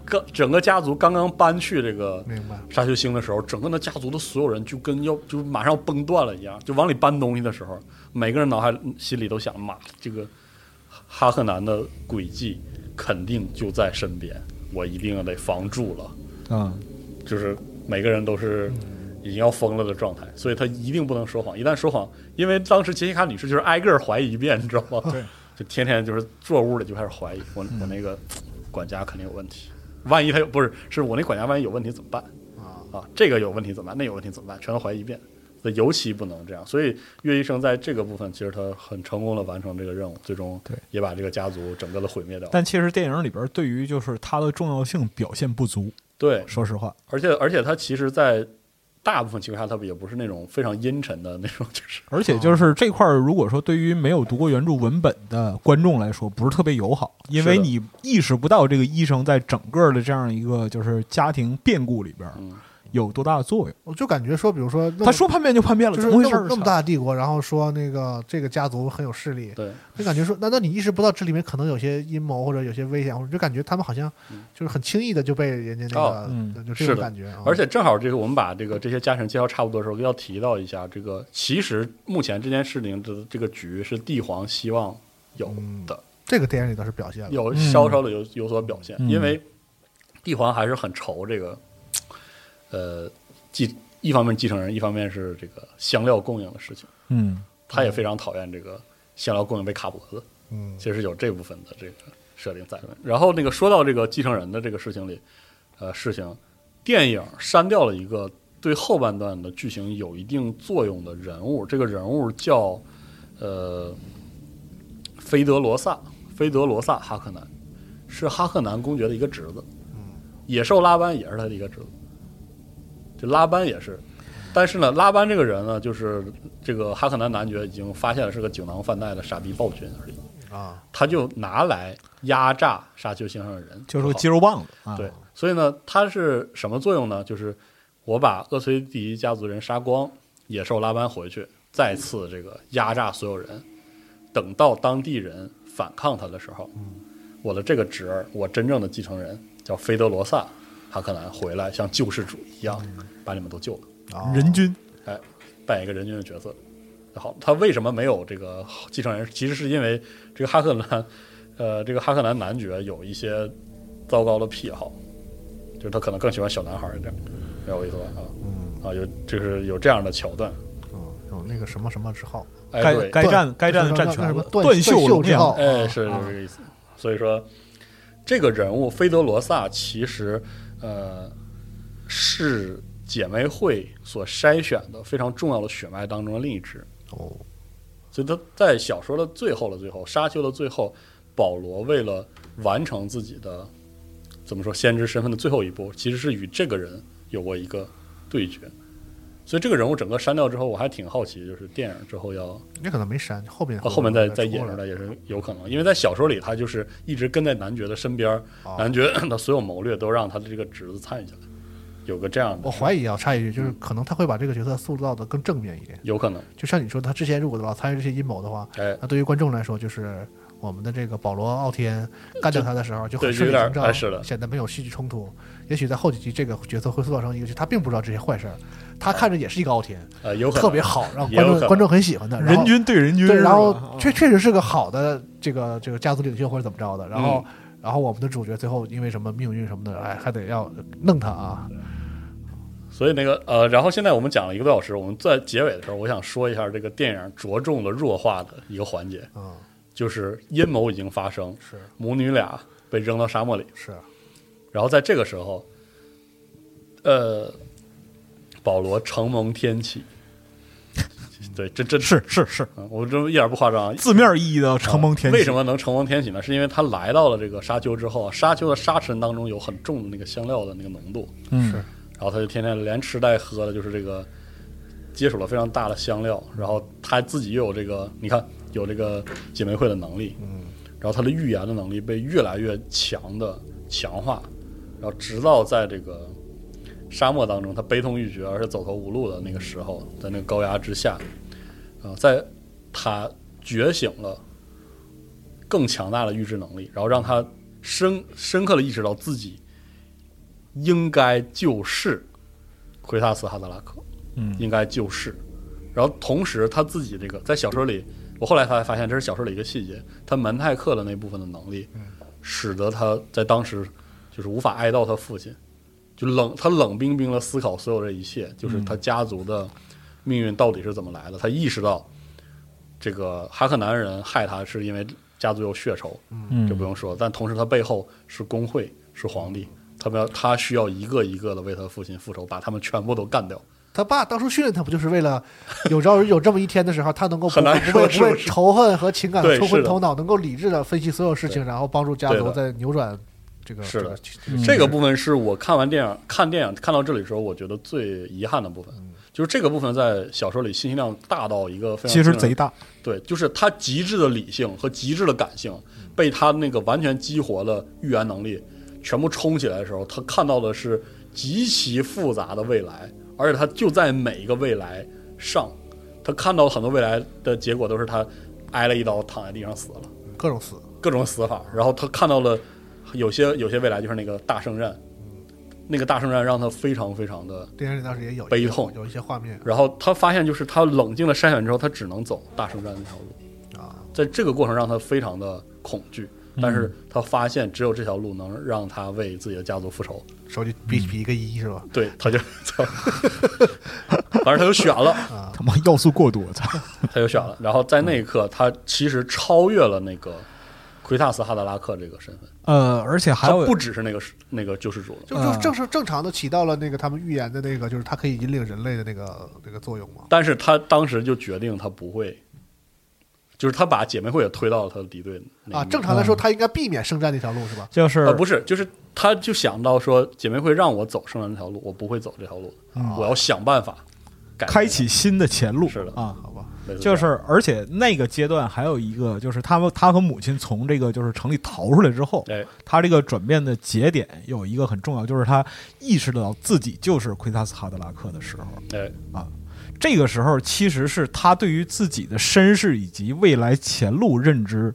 刚整个家族刚刚搬去这个
明白
沙丘星的时候，整个的家族的所有人就跟要就马上要崩断了一样，就往里搬东西的时候，每个人脑海心里都想：妈，这个哈克南的诡计肯定就在身边，我一定要得防住了。
嗯，
就是每个人都是已经要疯了的状态，所以他一定不能说谎。一旦说谎，因为当时杰西卡女士就是挨个儿怀疑一遍，你知道吗？对，就天天就是坐屋里就开始怀疑我我那个管家肯定有问题，万一他有不是是我那管家万一有问题怎么办？
啊，
啊，这个有问题怎么办？那有问题怎么办？全都怀疑一遍。所以尤其不能这样。所以岳医生在这个部分其实他很成功的完成这个任务，最终
对
也把这个家族整个的毁灭掉。
但其实电影里边对于就是它的重要性表现不足，
对，
说实话，
而且而且他其实，在大部分情况下，他也不是那种非常阴沉的那种， 就是
而且
哦
就是这块儿，如果说对于没有读过原著文本的观众来说，不是特别友好，因为
是的
你意识不到这个医生在整个的这样一个就是家庭变故里边儿
嗯
有多大的作用。
我就感觉说，比如说那么
他说叛变就叛变了，
就是
怎么
那
回事
么
儿？啊
那么大的帝国，然后说那个这个家族很有势力，
对
就感觉说，难道你意识不到这里面可能有些阴谋或者有些危险，或者就感觉他们好像
嗯
就是很轻易的就被人家那个
哦
嗯
就这
是
种
的
感觉啊。
而且正好这个我们把这个这些家臣介绍差不多的时候，要提到一下这个，其实目前这件事情的这个局是帝皇希望有
嗯
的，
这个电影里倒是表现了，
有
嗯
稍稍的有有所表现，
嗯
因为帝皇还是很愁这个，呃，继一方面继承人，一方面是这个香料供应的事情，
嗯，
他也非常讨厌这个香料供应被卡脖子，
嗯，
其实有这部分的这个设定在里面。然后那个说到这个继承人的这个事情里，呃，事情电影删掉了一个对后半段的剧情有一定作用的人物，这个人物叫呃菲德罗萨，菲德罗萨哈克南是哈克南公爵的一个侄子，野兽拉班也是他的一个侄子，这拉班也是。但是呢，拉班这个人呢，就是这个哈克南男爵已经发现了是个酒囊饭袋的傻逼暴君而已。
啊，
他就拿来压榨沙丘星上的人，
就是个
好
肌肉棒子啊。
对，所以呢，它是什么作用呢？就是我把厄崔迪家族人杀光，野兽拉班回去，再次这个压榨所有人，等到当地人反抗他的时候，
嗯
我的这个侄儿，我真正的继承人叫菲德罗萨哈克南回来，像救世主一样
嗯
把你们都救了。
啊
人均
哎，扮演一个人均的角色。好，他为什么没有这个继承人？其实是因为这个哈克兰，呃，这个哈克兰男爵有一些糟糕的癖好，就是他可能更喜欢小男孩一点，没有意思吧？啊，啊，有就是有这样的桥段。
嗯，有那个什么什么之后，
哎，
该
对
该
断
占该占的占
那
全
什么
了，
断
断
断
袖
袖
龙
之
阳
后，
哎，是是这个意思。所以说，这个人物菲德罗萨其实呃是姐妹会所筛选的非常重要的血脉当中的另一支。
哦，
所以他在小说的最后的最后，沙丘的最后，保罗为了完成自己的怎么说先知身份的最后一步，其实是与这个人有过一个对决。所以这个人物整个删掉之后，我还挺好奇，就是电影之后要
那可能没删，后面
到哦后面再再
出
引
来嗯
出来也是有可能，因为在小说里他就是一直跟在男爵的身边儿，
哦
男爵 的所有谋略都让他的这个侄子参与进来，有个这样的
我，怀疑啊，插一句，就是可能他会把这个角色塑造的更正面一点。
有可能，
就像你说，他之前如果老参与这些阴谋的话，
哎，
那对于观众来说，就是我们的这个保罗·奥天干掉他的时候就
嗯对
很顺
有
理
点
成章，
哎是的
显得没有戏剧冲突。也许在后几集，这个角色会塑造成一个，就是他并不知道这些坏事儿，他看着也是一个奥天，
呃，哎有可能
特别好，让
也有
观
可能
众观众很喜欢的，然后
人均对人均
对，
是吧，
然后
啊
哦
确确实是个好的这个这个家族领袖或者怎么着的，然
嗯
后、然后我们的主角最后因为什么命运什么的，哎，还得要弄他啊，
所以那个呃，然后现在我们讲了一个多小时，我们在结尾的时候，我想说一下这个电影着重了弱化的一个环节，
嗯，
就是阴谋已经发生，
是
母女俩被扔到沙漠里，
是，
然后在这个时候，呃，保罗承蒙天启，对，这这
是是是，
嗯我这一点不夸张啊，
字面意义的承蒙天启。
为什么能承蒙天启呢？是因为他来到了这个沙丘之后，啊沙丘的沙尘当中有很重的那个香料的那个浓度，
嗯
是
然后他就天天连吃带喝的，就是这个接触了非常大的香料，然后他自己又有这个，你看有这个姐妹会的能力，
嗯，
然后他的预言的能力被越来越强的强化，然后直到在这个沙漠当中，他悲痛欲绝而是走投无路的那个时候，在那个高压之下，啊、在他觉醒了更强大的预知能力，然后让他深深刻的意识到自己应该就是奎塔斯哈德拉克，
嗯
应该就是。然后同时他自己这个在小说里，我后来才发现这是小说里一个细节，他门泰克的那部分的能力，使得他在当时就是无法哀悼他父亲，就冷他冷冰冰的思考所有这一切，就是他家族的命运到底是怎么来的。他意识到这个哈克南人害他是因为家族有血仇，
嗯，
这不用说。但同时，他背后是工会，是皇帝，他们要他需要一个一个的为他父亲复仇，把他们全部都干掉。
他爸当初训练他不就是为了有朝有这么一天的时候，他能够不
很难
不
说
被
是
不被
不是
仇恨和情感
对
冲
是
昏
的
头脑，能够理智的分析所有事情，
对
然后帮助家
对
族
的
在扭转这个
是
这个
的
这
嗯
个
这个部分是我看完电影看电影看到这里的时候，我觉得最遗憾的部分，
嗯
就是这个部分在小说里信息量大到一个非常
其实
惊人
贼大。
对，就是他极致的理性和极致的感性被他那个完全激活的预言能力全部冲起来的时候，他看到的是极其复杂的未来，而且他就在每一个未来上，他看到很多未来的结果都是他挨了一刀躺在地上死了。
各种死，
各种死法，然后他看到了有些有些未来就是那个大圣战，那个大圣战让他非常非常的，
电影里当时也有一
悲
些
痛
有一些画面
然后他发现就是他冷静的筛选之后，他只能走大圣战那条路，
啊，
在这个过程让他非常的恐惧，但是他发现只有这条路能让他为自己的家族复仇，
手里
嗯
比比一个一是吧？
对，他就 操，反正他就选了，
他妈要素过多，操！
他就选了，然后在那一刻，他其实超越了那个奎塔斯哈德拉克这个身份，
呃，而且还
他
有
不只是那个那个救世主了。
就就正是正常的起到了那个他们预言的那个，就是它可以引领人类的那个那个作用嘛。
但是他当时就决定他不会，就是他把姐妹会也推到了他的敌对那
啊，
一面
正常来说，他应该避免圣战那条路是吧？
就是
呃不是，就是他就想到说姐妹会让我走圣人那条路，我不会走这条路，我要想办法改变
啊开启新的前路，
是的
啊。
好吧，
类似这
就
样
是，而且那个阶段还有一个，就是他们他和母亲从这个就是城里逃出来之后，
哎
他这个转变的节点有一个很重要，就是他意识到自己就是奎塔斯哈德拉克的时候，
哎
这个时候其实是他对于自己的身世以及未来前路认知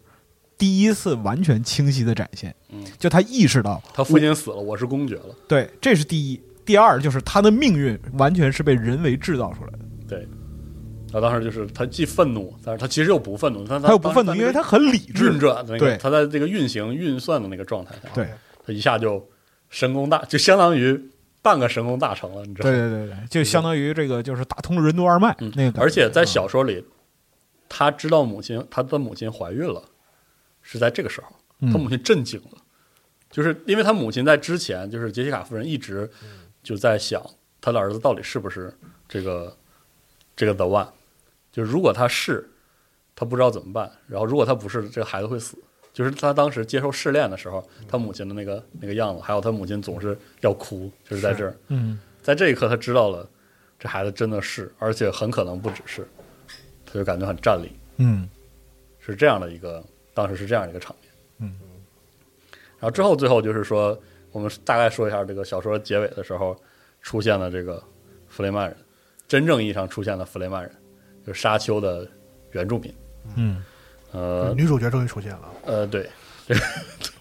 第一次完全清晰的展现。
嗯，
就他意识到
他父亲死了，我是公爵了，
对，这是第一。第二就是他的命运完全是被人为制造出来的，
对。他当时就是他既愤怒，但是他其实又不愤怒，但他
他又不愤怒，因为他很理
运
智。
转的那个，
对
他在这个运行运算的那个状态下，
对
他一下就神功大，就相当于半个神功大成了，你知道
对
吗？
对对对，就相当于这个就是打通了任督二脉
嗯
那个感觉。
而且在小说里，他知道母亲，他的母亲怀孕了，是在这个时候，
嗯
他母亲震惊了，就是因为他母亲在之前，就是杰西卡夫人一直就在想他的儿子到底是不是这个这个 the one，就是如果他是，他不知道怎么办；然后如果他不是，这个孩子会死。就是他当时接受试炼的时候，他母亲的那个那个样子，还有他母亲总是要哭，就是在这儿，
嗯，
在这一刻他知道了这孩子真的是，而且很可能不只是，他就感觉很站立，
嗯
是这样的一个，当时是这样一个场面。
嗯，
然后之后最后就是说，我们大概说一下这个小说结尾的时候出现了这个弗雷曼人，真正意义上出现了弗雷曼人，就是沙丘的原住民。
嗯，
呃
女主角终于出现了，
呃，对，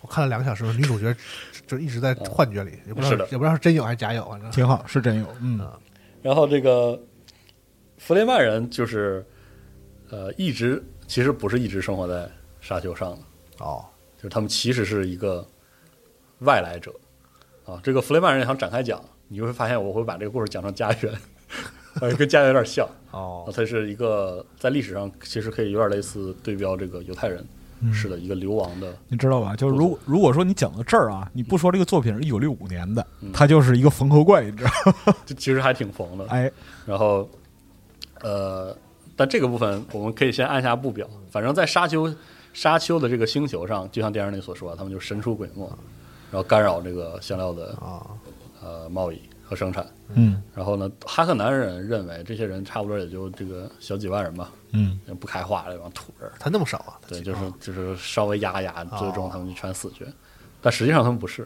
我看了两个小时，女主角 就一直在幻觉里，也不知道
嗯是的
也不知道是真有还是假有，啊反正
挺好，是真有，嗯
啊然后这个弗雷曼人就是呃一直其实不是一直生活在沙丘上的，
哦，
就是他们其实是一个外来者啊。这个弗雷曼人想展开讲，你就会发现我会把这个故事讲成家园，呃，跟家园有点像。
哦，
他是一个在历史上其实可以有点类似对标这个犹太人
嗯，
是的一个流亡的，
你知道吧？就是如如果说你讲到这儿啊，你不说这个作品是一九六五年的，
嗯
它就是一个缝合怪，你知道？
就其实还挺疯的。
哎，
然后，呃，但这个部分我们可以先按下不表。反正，在沙丘沙丘的这个星球上，就像电影里所说，他们就神出鬼没，然后干扰这个香料的
啊，
呃贸易和生产。
嗯
然后呢，哈克南人认为这些人差不多也就这个小几万人吧，
嗯
也不开化的这帮土人，
他那么少啊，他
对，
几
就是
哦
就是稍微压压，
哦
最终他们就全死绝。但实际上他们不是，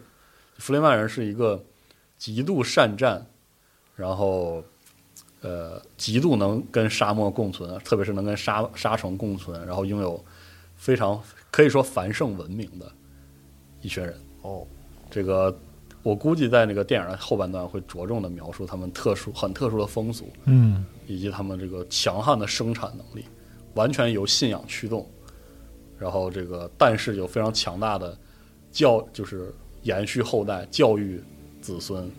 弗雷曼人是一个极度善战，然后呃极度能跟沙漠共存，特别是能跟沙沙虫共存，然后拥有非常可以说繁盛文明的一群人。
哦，
这个我估计在那个电影的后半段会着重的描述他们特殊很特殊的风俗，
嗯
以及他们这个强悍的生产能力，完全由信仰驱动。然后这个，但是有非常强大的教，就是延续后代、教育子孙，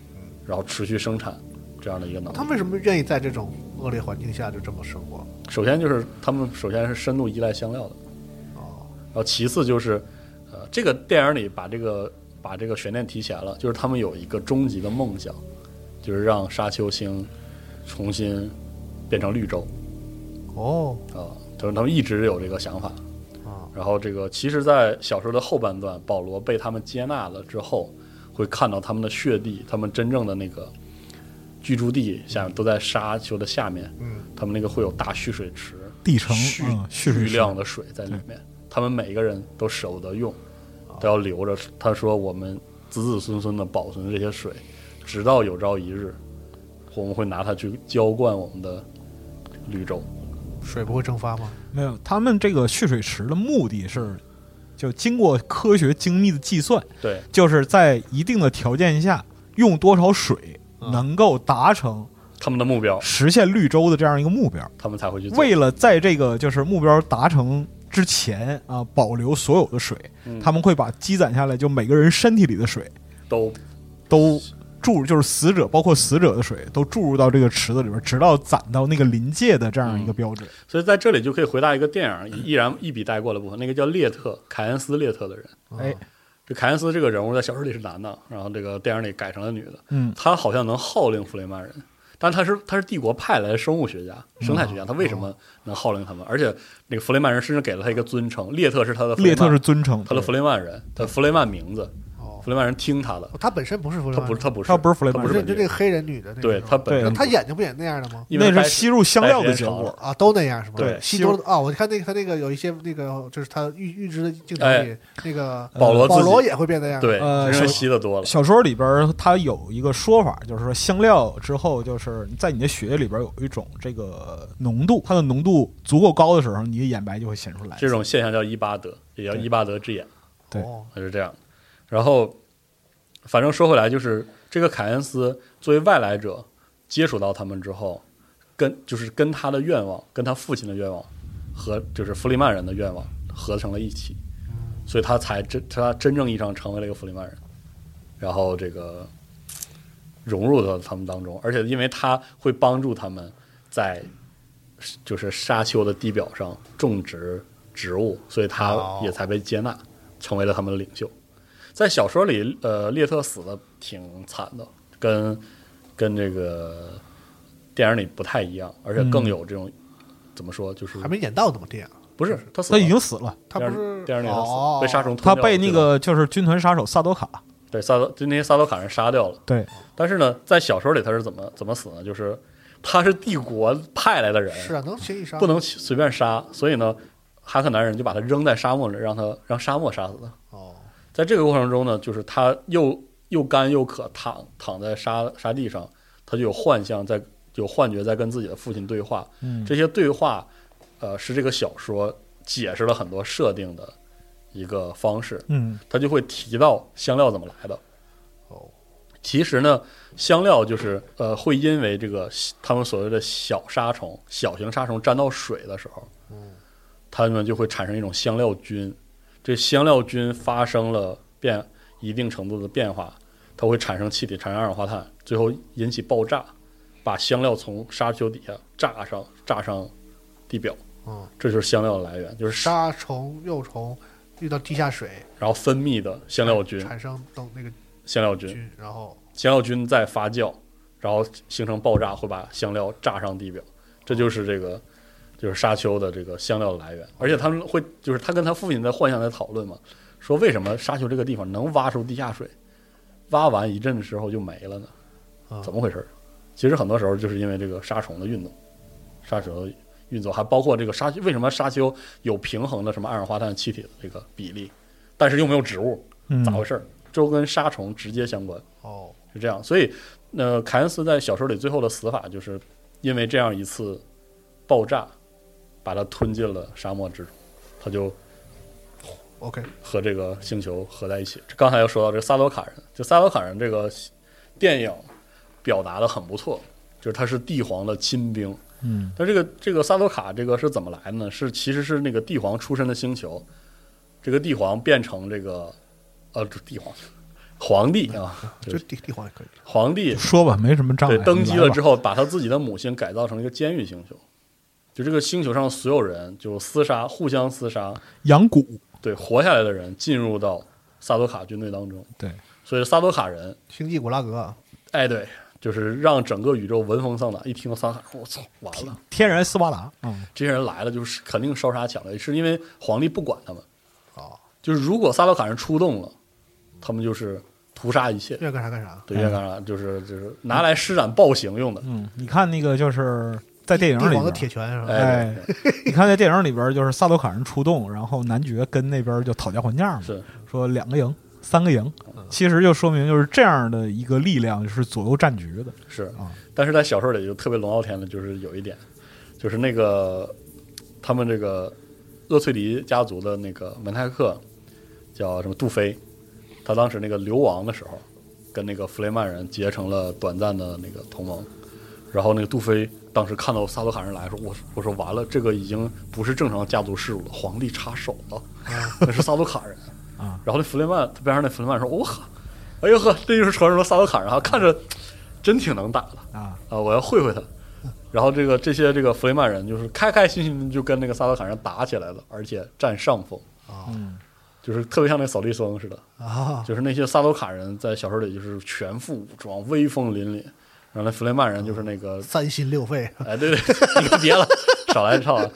然后持续生产这样的一个能
他
力。
为什么愿意在这种恶劣环境下就这么生活？
首先就是他们首先是深度依赖香料的，
哦，
然后其次就是，呃，这个电影里把这个把这个悬念提前了，就是他们有一个终极的梦想，就是让沙丘星重新变成绿洲
哦，
啊，就是他们一直有这个想法。
啊，
然后这个其实，在小说的后半段，保罗被他们接纳了之后，会看到他们的血地，他们真正的那个居住地下面都在沙丘的下面，
嗯，
他们那个会有大蓄水池，
地城
蓄
嗯蓄水
巨
池
量的水在里面，他们每一个人都舍不得用，都要留着。他说我们子子孙孙的保存这些水，直到有朝一日，我们会拿它去浇灌我们的绿洲。
水不会蒸发吗？
没有，他们这个蓄水池的目的是，就经过科学精密的计算，
对，
就是在一定的条件下用多少水
嗯
能够达成
他们的目标，
实现绿洲的这样一个目标。
他们才会去做。
为了在这个就是目标达成之前啊，保留所有的水，
嗯
他们会把积攒下来就每个人身体里的水
都
都注入，就是死者包括死者的水都注入到这个池子里边，直到攒到那个临界的这
嗯
样一个标准。
所以在这里就可以回答一个电影依然一笔带过的部分，那个叫列特凯恩斯列特的人。
哎，
这凯恩斯这个人物在小说里是男的，然后这个电影里改成了女的。
嗯
他好像能号令弗雷曼人，但他是他是帝国派来的生物学家、生态学
嗯
家，他为什么能号令他们？而且那个弗雷曼人甚至给了他一个尊称，列特是他的弗雷
列
曼
特是尊称，
他的弗雷曼人，他弗雷曼名字，
哦，
弗雷曼人听他的，
他本身不是弗雷
他
曼
不
人，
是他不是
他不是弗雷曼
他不
人
就是就
本
这个
地人，
黑人女的那个，
对他本
那
人
他眼睛不也那样的吗？
因为
那是吸入香料的结果。
啊，都那样是吧？
对
吸多了啊！我看那个他那个有一些那个就是他预预知的镜头里
哎，
那个
保罗自
保
己
罗也会变那样。
对，
呃
因
首
为吸的多了，
小说里边它有一个说法，就是说香料之后，就是在你的血液里边有一种这个浓度，它的浓度足够高的时候，你的眼白就会显出来。
这种现象叫伊巴德，也叫
对
伊巴德之眼。
对
哦，
他是这样的。然后，反正说回来，就是这个凯恩斯作为外来者接触到他们之后，跟就是跟他的愿望、跟他父亲的愿望和就是弗里曼人的愿望合成了一起，
嗯
所以他才真他真正意义上成为了一个弗里曼人，然后这个融入到他们当中，而且因为他会帮助他们在就是沙丘的地表上种植植物，所以他
哦
也才被接纳。成为了他们的领袖。在小说里，呃，列特死的挺惨的，跟跟这个电影里不太一样，而且更有这种、怎么说，就是
嗯还没演到呢嘛，电影
不是他死
他
了
已经死了，
他不
电影
是
电影里他死
哦
被杀虫吞
他
掉
被
了
那
对吧
个就是军团杀手萨多卡，
对萨多就那些萨多卡人杀掉了。
对，
但是呢，在小说里他是怎么怎么死呢？就是他是帝国派来的人，
是啊，能协议杀
不能随便杀，所以呢，哈克南人就把他扔在沙漠里，让他让沙漠杀死他。
哦，
在这个过程中呢，就是他又又干又渴，躺躺在沙沙地上，他就有幻象在，有幻觉在跟自己的父亲对话。
嗯，
这些对话，呃，是这个小说解释了很多设定的一个方式。
嗯
他就会提到香料怎么来的。
哦，
其实呢，香料就是呃，会因为这个他们所谓的小沙虫、小型沙虫沾到水的时候，嗯，它们就会产生一种香料菌。这香料菌发生了变一定程度的变化，它会产生气体，产生二氧化碳，最后引起爆炸，把香料从沙丘底下炸上，炸上地表。
嗯，
这就是香料的来源，就是沙，
杀虫、幼虫遇到地下水
然后分泌的香料菌，
产生等那个
香料菌。
菌，然后
香料菌在发酵，然后形成爆炸，会把香料炸上地表。这就是这个，就是沙丘的这个香料的来源。而且他们会，就是他跟他父亲在幻想在讨论嘛，说为什么沙丘这个地方能挖出地下水，挖完一阵子之后就没了呢？
嗯
怎么回事儿？其实很多时候就是因为这个沙虫的运动，沙虫的运作，还包括这个沙为什么沙丘有平衡的什么二氧化碳气体的这个比例，但是又没有植物，
嗯
咋回事儿？这都跟沙虫直接相关。
哦，
是这样。所以，呃，凯恩斯在小说里最后的死法，就是因为这样一次爆炸，把他吞进了沙漠之中，他就
OK，
和这个星球合在一起。这刚才又说到这个萨多卡人，就萨多卡人这个电影表达的很不错，就是他是帝皇的亲兵，
嗯
但这个这个萨多卡这个是怎么来的呢？是其实是那个帝皇出身的星球，这个帝皇变成这个呃这帝皇皇帝啊，
就地地皇也可以。
皇帝
说吧，没什么障碍。
对，登基
你来
了
吧
之后，把他自己的母星改造成一个监狱星球，就这个星球上所有人就厮杀，互相厮杀，
养蛊，
对，活下来的人进入到萨多卡军队当中，
对，
所以萨多卡人，
星际古拉格，啊
哎，对，就是让整个宇宙闻风丧胆。一听到萨多卡，我操，完了，
天然斯巴达，嗯，
这些人来了就是肯定烧杀抢掠，是因为皇帝不管他们，
哦，
就是如果萨多卡人出动了，他们就是屠杀一切，
愿干啥干啥。
对，越干啥就是就是拿来施展暴行用的，
嗯，你看那个就是在电影
帝
里
皇的
边，
铁拳是吧？
哎
哎
对。
你看在电影里边，就是萨多卡人出动，然后男爵跟那边就讨价还价嘛，
是
说两个赢，三个赢，其实就说明就是这样的一个力量是左右战局的，
是
啊，
但是在小说里就特别龙傲天的，就是有一点，就是那个他们这个厄崔迪家族的那个门泰克叫什么杜菲，他当时那个流亡的时候，跟那个弗雷曼人结成了短暂的那个同盟，然后那个杜菲当时看到萨多卡人来说，我我说完了，这个已经不是正常家族事务了，皇帝插手了，那是萨多卡人
啊。
然后那弗雷曼，他边上那弗雷曼说，我、靠，哎呦呵，这就是传说中的萨多卡人啊，看着真挺能打的。
啊，
啊，我要会会他。然后这个这些这个弗雷曼人就是开开心心地就跟那个萨德卡人打起来了，而且占上风，
嗯，
就是特别像那扫地僧似的，
哦啊，
就是那些萨多卡人在小说里就是全副武装，威风凛凛，然后那弗雷曼人就是那个，
三心六肺，
哎，对对，你可别了，少来少来，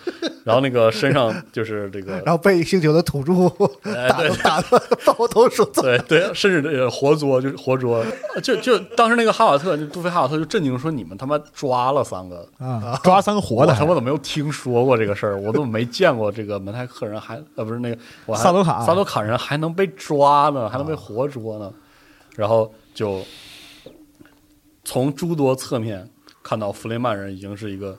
然后那个身上就是这 个，
然后被星球的土著
呃
打的打 的抱头鼠窜。
对对，甚至这个活捉就是活捉，就就当时那个哈瓦特，就杜菲哈瓦特就震惊说：“你们他妈抓了三个
啊，抓三个活的
我他，妈怎么没有听说过这个事儿？我怎么没见过这个门泰克人还呃不是那个我还
萨多卡啊
萨多卡人还能被抓呢，还能被活捉呢？然后就从诸多侧面看到弗雷曼人已经是一个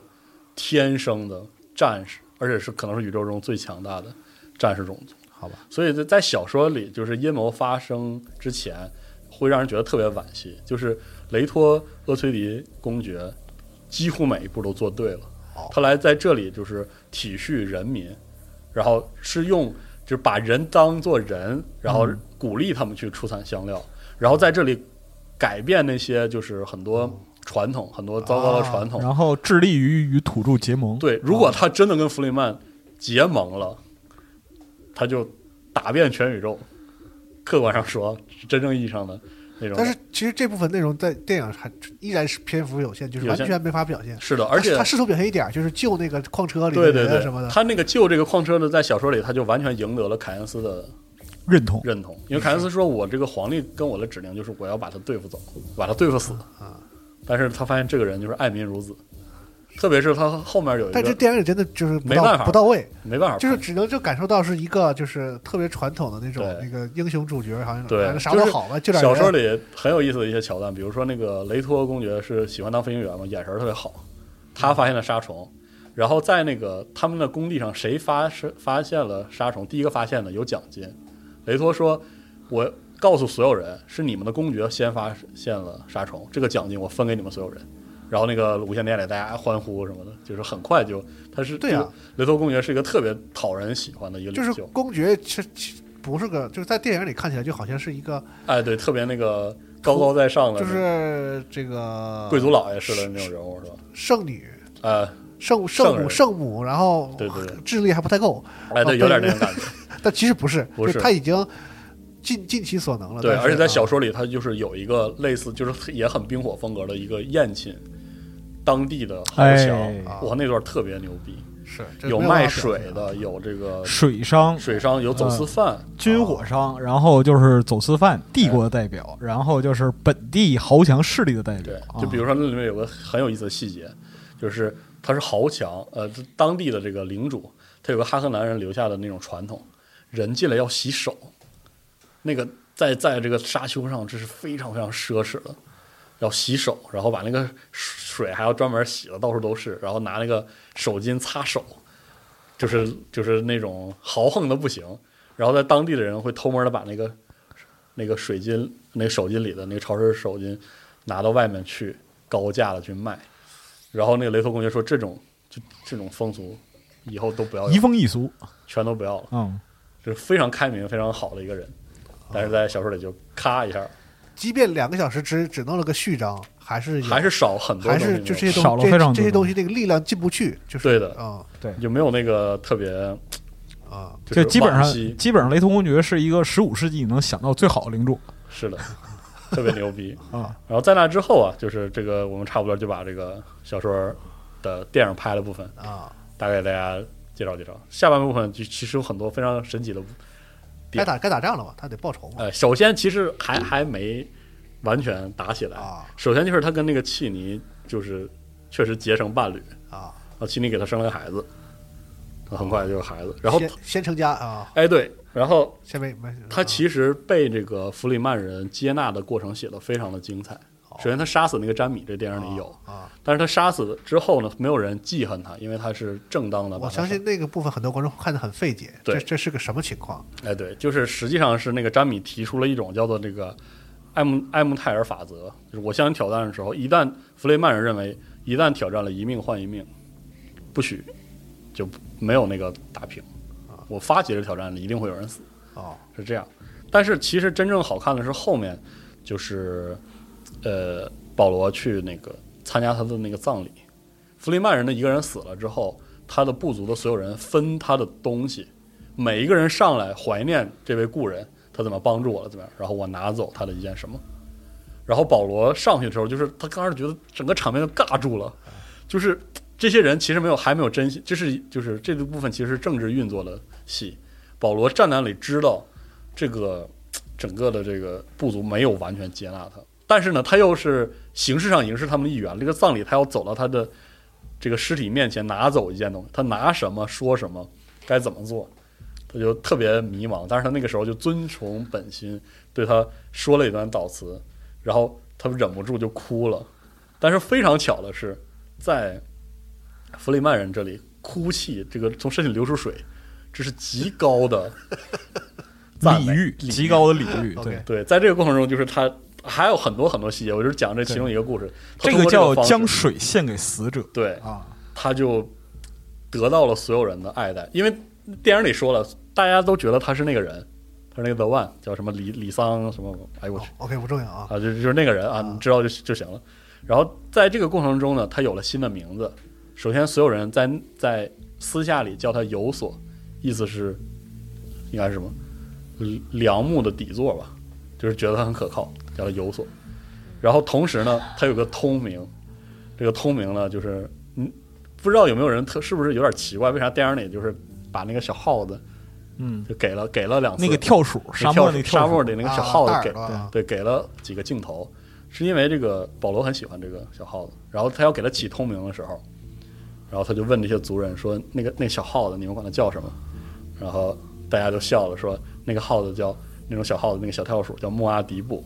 天生的战士，而且是可能是宇宙中最强大的战士种族。
好吧，
所以在在小说里，就是阴谋发生之前，会让人觉得特别惋惜。就是雷托厄崔迪公爵几乎每一步都做对了
哦，
他来在这里就是体恤人民，然后是用就是把人当做人，然后
嗯
鼓励他们去出产香料，然后在这里改变那些就是很多
哦
传统，很多糟
啊
糕的传统。
然后致力于与土著结盟，
对，如果他真的跟弗里曼结盟了，他就打遍全宇宙，客观上说，是真正意义上的那种。
但是其实这部分内容在电影还依然是篇幅有限，就是
有
完
限
全没法表现。
是的，而且
他试图表现一点儿，就是救那个矿车里的
对对
人啊
对
什么的，，
他那个救这个矿车的，在小说里他就完全赢得了凯恩斯的
认同。
认同，因为凯恩
嗯
斯说我这个皇帝跟我的指令就是我要把他对付走，把他对付死。
啊，
但是他发现这个人就是爱民如子，特别是他后面有一
但这
个
电影里真的就是不
没办
到
法
不到位，
没办法，
就是只能就感受到是一个就是特别传统的那种
对
那个英雄主角，好像
对
反正啥都
就是
好吧，就点
小
人
说里很有意思的一些桥段，比如说那个雷托公爵是喜欢当飞行员嘛，眼神儿特别好，他
嗯
发现了沙虫，然后在那个他们的工地上，谁发是发现了沙虫，第一个发现的有奖金。雷托说：“我告诉所有人，是你们的公爵先发现了沙虫，这个奖金我分给你们所有人。”然后那个无线电里大家欢呼什么的，就是很快就他是
对啊，
雷托公爵是一个特别讨人喜欢的一个
就
领
是
袖，
公爵其实其实不是个，就是在电影里看起来就好像是一个
哎，对，特别那个高高在上的，
就是这个
贵族老爷似的那种人物是吧？
圣女。
呃，
圣
圣
圣母
人
圣母，然后
对对对
智力还不太够，
哎，对，有点那种感觉。
但其实不是，
不是
就他已经尽尽其所能了。
对，
但是
而且在小
啊
说里，他就是有一个类似，就是也很冰火风格的一个宴请当地的豪
哎
强，，哇，那段特别牛逼，
嗯是这
有
没办法
卖
表
水
现
的，有这个
水商、
水啊商，有走私
嗯
贩，
军火商，然后就是走私犯、帝国的代表，然后就是本地豪强势力的代表
对。，
啊
就比如说那里面有个很有意思的细节，就是他是豪强，呃，这当地的这个领主，他有个哈克南人留下的那种传统，人进来要洗手，那个在在这个沙丘上，这是非常非常奢侈的，要洗手，然后把那个水还要专门洗的到处都是，然后拿那个手巾擦手，就是就是那种豪横的不行，然后在当地的人会偷摸的把那个那个水巾、那个手巾里的那个潮湿手巾拿到外面去高价的去卖，然后那个雷托公爵说这种就这种风俗以后都不要
移
有，
风易俗，
全都不要了，
嗯，
这是非常开明、非常好的一个人，但是在小说里就咔一下，
即便两个小时只只弄了个序章，还是有
还是少很多
还
东西没有，
是就这些
少
东
了
西
非
这
常多
这些东西那个力量进不去，就是
对的
啊
就没有那个特别
啊，
是
就基本
惋
上
惜
基本上雷霆公爵是一个十五世纪能想到最好的领主
是的， 特别牛逼。
啊，
然后在那之后啊，就是这个我们差不多就把这个小说的电影拍的部分
啊，
大概给大家介绍介绍。下半部分就其实有很多非常神奇的部，
该打该打仗了嘛，他得报仇嘛
呃，首先其实还还没完全打起来。
啊
首先就是他跟那个契尼就是确实结成伴侣，
啊，
然后契尼给他生了个孩子，很快就有孩子。然后
先先成家啊，
哎对，然后
先啊没没
他其实被这个弗里曼人接纳的过程写得非常的精彩。首先，他杀死那个詹米，这电影里有，
啊，
但是他杀死之后呢，没有人记恨他，因为他是正当的。
我相信，那个部分很多观众看得很费解，
对
这这是个什么情况？
哎，对，就是实际上是那个詹米提出了一种叫做这个艾姆艾姆泰尔法则，就是我向你挑战的时候，一旦弗雷曼人认为一旦挑战了一命换一命，不许就没有那个打平。
啊
我发起这挑战，一定会有人死。
哦，
是这样。但是其实真正好看的是后面，就是呃，保罗去那个参加他的那个葬礼，弗里曼人的一个人死了之后，他的部族的所有人分他的东西，每一个人上来怀念这位故人，他怎么帮助我了，怎么样，然后我拿走他的一件什么。然后保罗上去的时候，就是他刚开始觉得整个场面都尬住了，就是这些人其实没有还没有珍惜，这是就是这个部分其实是政治运作的戏。保罗站在那里知道这个整个的这个部族没有完全接纳他，但是呢，他又是形式上已经是他们的一员。这个葬礼，他要走到他的这个尸体面前拿走一件东西，他拿什么说什么，该怎么做，他就特别迷茫。但是他那个时候就遵从本心，对他说了一段悼词，然后他忍不住就哭了。但是非常巧的是，在弗里曼人这里，哭泣这个从身体流出水，这是极高的 赞
礼
美
遇
礼
极高的礼遇，对
OK，
对，在这个过程中，就是他还有很多很多细节，我就是讲这其中一个故事。他
这
通
个
过
叫
方式
将水献给死者
对，
啊，
他就得到了所有人的爱戴，因为电影里说了，大家都觉得他是那个人，他是那个 The One，叫什么李李桑什么，哎我去
哦，OK，不重要啊，
啊，就就是那个人啊，你知道就就行了。然后在这个过程中呢，他有了新的名字。首先，所有人在在私下里叫他有所，意思是应该是什么？梁木的底座吧，就是觉得它很可靠，叫它有所。然后同时呢，它有个通明，这个通明呢，就是嗯，不知道有没有人特是不是有点奇怪，为啥电影里就是把那个小耗子
嗯，
就给了给了两次
那个跳鼠，
那
沙漠
跳
那
鼠
个跳
沙
鼠
漠里那个小耗子
啊
给、
大耳朵啊
对给了几个镜头，是因为这个保罗很喜欢这个小耗子，然后他要给他起通名的时候，然后他就问这些族人说：“那个那小耗子，你们管它叫什么？”然后大家就笑了，说：“那个耗子叫那种小耗子，那个小跳鼠叫穆阿迪布。”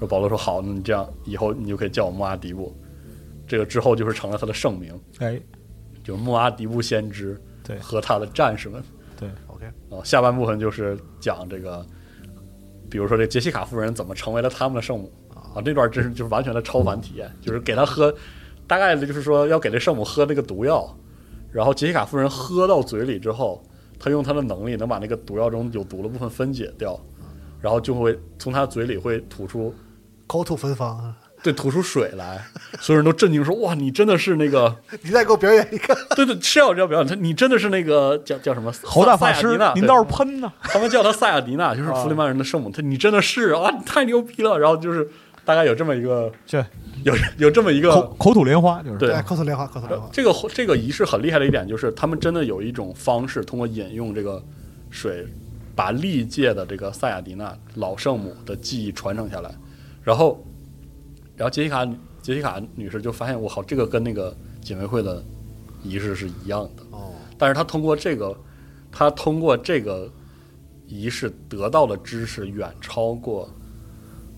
说保罗说：“好，那你这样以后你就可以叫我穆阿迪布。”这个之后就是成了他的圣名，
哎，
就是穆阿迪布先知
对
和他的战士们。
OK，
啊，下半部分就是讲这个，比如说这杰西卡夫人怎么成为了他们的圣母啊，这段真是就是完全的超凡体验，就是给她喝，大概的就是说要给这圣母喝那个毒药，然后杰西卡夫人喝到嘴里之后，她用她的能力能把那个毒药中有毒的部分分解掉，然后就会从她嘴里会吐出
口吐芬芳。
对吐出水来，所有人都震惊说哇，你真的是那个
你再给我表演一个，
对对是要这样表演，他你真的是那个叫叫什么
侯大法
萨亚
师
迪娜，
您
对
倒是喷呐！
他们叫她塞亚迪娜， 就是弗里曼人的圣母。她你真的是啊，你太牛逼了！然后就是大概有这么一个，
这
有有这么一
口
个，
口吐莲花就是
对
哎口吐莲花，口吐莲花。
这个这个仪式很厉害的一点就是，他们真的有一种方式，通过饮用这个水，把历届的这个塞亚迪娜老圣母的记忆传承下来。然后，然后杰西卡杰西卡女士就发现，我靠，这个跟那个姐妹会的仪式是一样的。
哦，
但是他通过这个，他通过这个仪式得到的知识远超过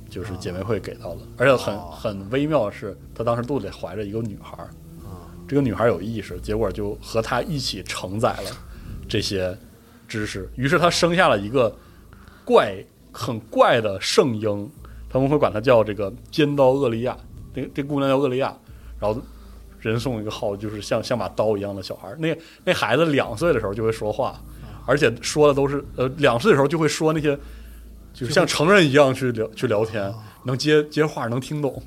就是姐妹会给到的，而且很
哦
很微妙的是，他当时肚子里怀着一个女孩儿，这个女孩儿有意识，结果就和他一起承载了这些知识，于是他生下了一个怪很怪的圣婴，他们会管她叫这个尖刀厄利亚，这这姑娘叫厄利亚，然后人送一个号，就是像像把刀一样的小孩儿。那那孩子两岁的时候就会说话，而且说的都是呃两岁的时候就会说那些，就是像成人一样去聊去聊天，能接接话，能听懂，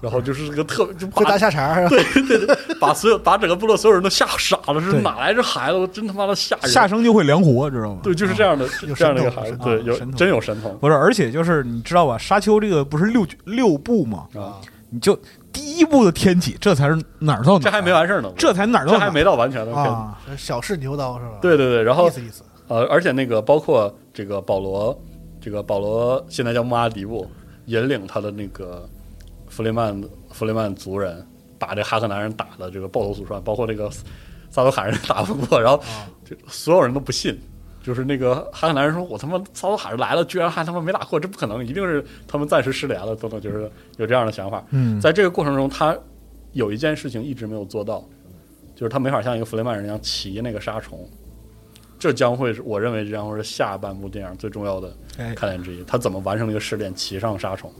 然后就是个特别就
会
把
搭下茬儿，
把所有把整个部落所有人都吓傻了，是
对
哪来这孩子？我真他妈的吓人！
下生就会凉活，知道吗？
对，就是这样的
有
这样的一
神
个
童
孩子
有，
神
对，有
童神童
真有神童
不是，而且就是你知道吧，沙丘这个不是六六部吗？
啊！
你就第一部的天启，这才是哪儿到哪儿，啊
这还没，完事儿呢，
这才哪儿到
这
哪
还
儿
没到完全的片子
啊！
小试牛刀是吧？
对对对，然后
意思意思。
呃，而且那个包括这个保罗，这个保罗现在叫穆阿迪布，引领他的那个弗雷曼弗雷曼族人，把这哈克南人打的这个抱头鼠窜，包括这个萨多卡人 打不过，然后就所有人都不信。就是那个哈克南人说：“我他妈萨多卡人来了，居然还他妈没打过，这不可能，一定是他们暂时失联了，等等，就是有这样的想法。”
嗯，
在这个过程中，他有一件事情一直没有做到，就是他没法像一个弗雷曼人一样骑那个沙虫。这将会是我认为这将会是下半部电影最重要的
哎
看点之一。他怎么完成了一个试炼，骑上沙虫，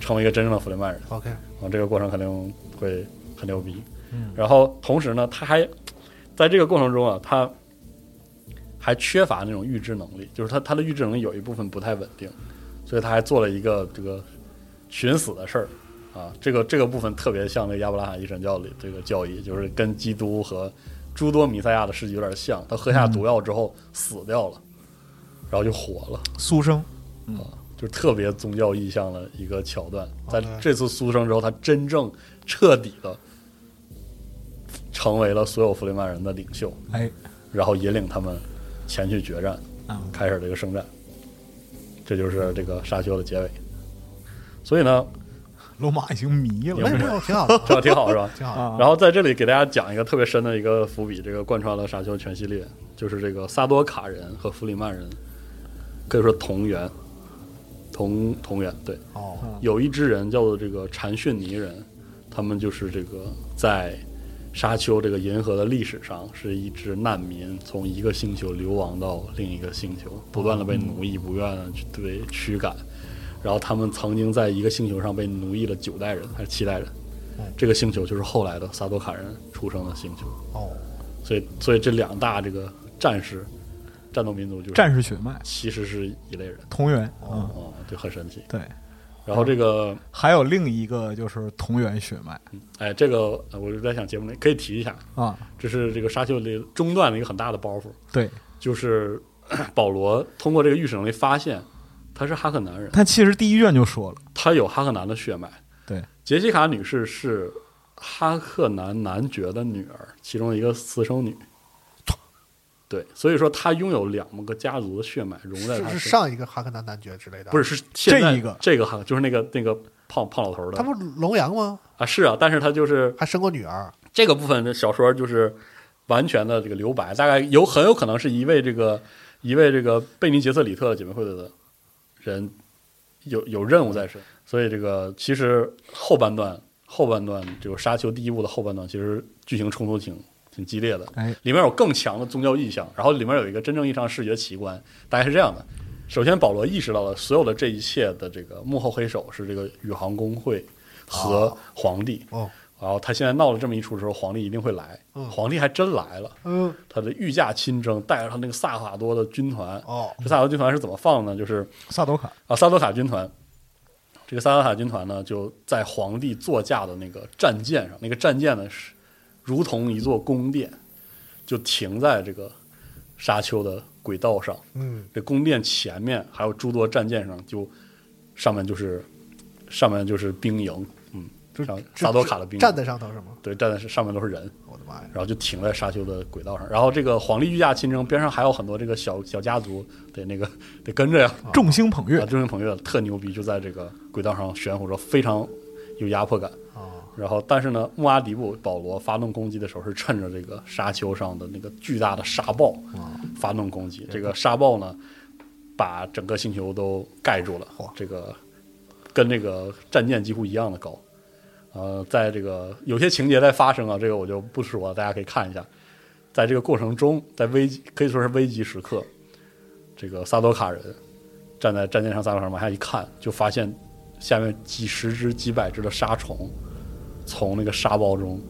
成为一个真正的弗雷曼人？
OK，
啊，这个过程肯定会很牛逼。嗯，然后同时呢，他还在这个过程中啊，他还缺乏那种预知能力，就是他他的预知能力有一部分不太稳定，所以他还做了一个这个寻死的事儿啊。这个这个部分特别像那个亚伯拉罕一神教里这个教义，就是跟基督和诸多弥赛亚的事迹有点像。他喝下毒药之后死掉了，然后就活了。
苏生
就是特别宗教意象的一个桥段。在
OK
这次苏生之后，他真正彻底的成为了所有弗雷曼人的领袖，
哎
然后引领他们前去决战，
嗯
啊，
开始这个圣战。这就是这个沙丘的结尾。所以呢，
罗马已经迷
有
了
没
没
有
有
没哦有，挺 好的，
这样挺好是吧？
挺好的。
啊。
然后在这里给大家讲一个特别深的一个伏笔，这个贯穿了沙丘全系列，就是这个萨多卡人和弗里曼人可以说同源，同同源对。
哦，
有一支人叫做这个禅逊尼人，他们就是这个在沙丘这个银河的历史上是一支难民，从一个星球流亡到另一个星球，不断的被奴役，不断的被驱赶。然后他们曾经在一个星球上被奴役了九代人还是七代人
嗯，
这个星球就是后来的萨多卡人出生的星球。
哦，
所以，所以这两大这个战士、战斗民族就是
战士血脉，
其实是一类人
同源，
啊
嗯，、
就很神奇。
对，
然后这个
还有另一个就是同源血脉
哎，这个呃我就在想节目内可以提一下，
啊，
这是这个沙丘里中断的一个很大的包袱，
对，
就是 保罗通过这个预识能力发现他是哈克南人，
但其实第一卷就说了，
他有哈克南的血脉。
对，
杰西卡女士是哈克南男爵的女儿，其中一个私生女。对，所以说她拥有两个家族的血脉融在她
是
身
是
上，
上一个哈克南男爵之类的，啊
不
是
是是现在
这一个
这个哈，就是那个那个胖胖老头
他
的
不是龙阳吗？
啊，是啊，但是他就是
还生过女儿，
这个部分的小说就是完全的这个留白，大概有很有可能是一位这个一位这个贝尼杰瑟里特姐妹会的人有有任务在身，所以这个其实后半段后半段就是《沙丘》第一部的后半段，其实剧情冲突挺挺激烈的，
哎，
里面有更强的宗教意象，然后里面有一个真正意义上的视觉奇观，大概是这样的。首先，保罗意识到了所有的这一切的这个幕后黑手是这个宇航工会和皇帝，
哦，
然后他现在闹了这么一出的时候，皇帝一定会来。
嗯
皇帝还真来了，
嗯，
他的御驾亲征，带着他那个萨卡多的军团。
哦，
这萨卡多军团是怎么放呢？就是
萨多卡
啊，萨多卡军团，这个萨多卡军团呢，就在皇帝座驾的那个战舰上，那个战舰呢是如同一座宫殿，就停在这个沙丘的轨道上。
嗯，
这宫殿前面还有诸多战舰上，就上面就是上面就是兵营，嗯，
就
上
就
萨多卡的兵营
站在上头是吗？
对，站在上面都是人。
我的妈呀！
然后就停在沙丘的轨道上。然后这个皇帝御驾亲征边上还有很多这个小小家族得那个得跟着呀，
众星捧月
啊，，众星捧月特牛逼，就在这个轨道上悬浮着，非常有压迫感。
哦，
然后，但是呢，穆阿迪布保罗发动攻击的时候是趁着这个沙丘上的那个巨大的沙暴发动攻击。啊这个沙暴呢，把整个星球都盖住了
嚯，
这个跟这个战舰几乎一样的高。呃，在这个有些情节在发生啊，这个我就不说了，大家可以看一下。在这个过程中，在危机可以说是危急时刻，这个萨多卡人站在战舰上，萨多卡人往下一看，就发现下面几十只、几百只的沙虫从那个沙包中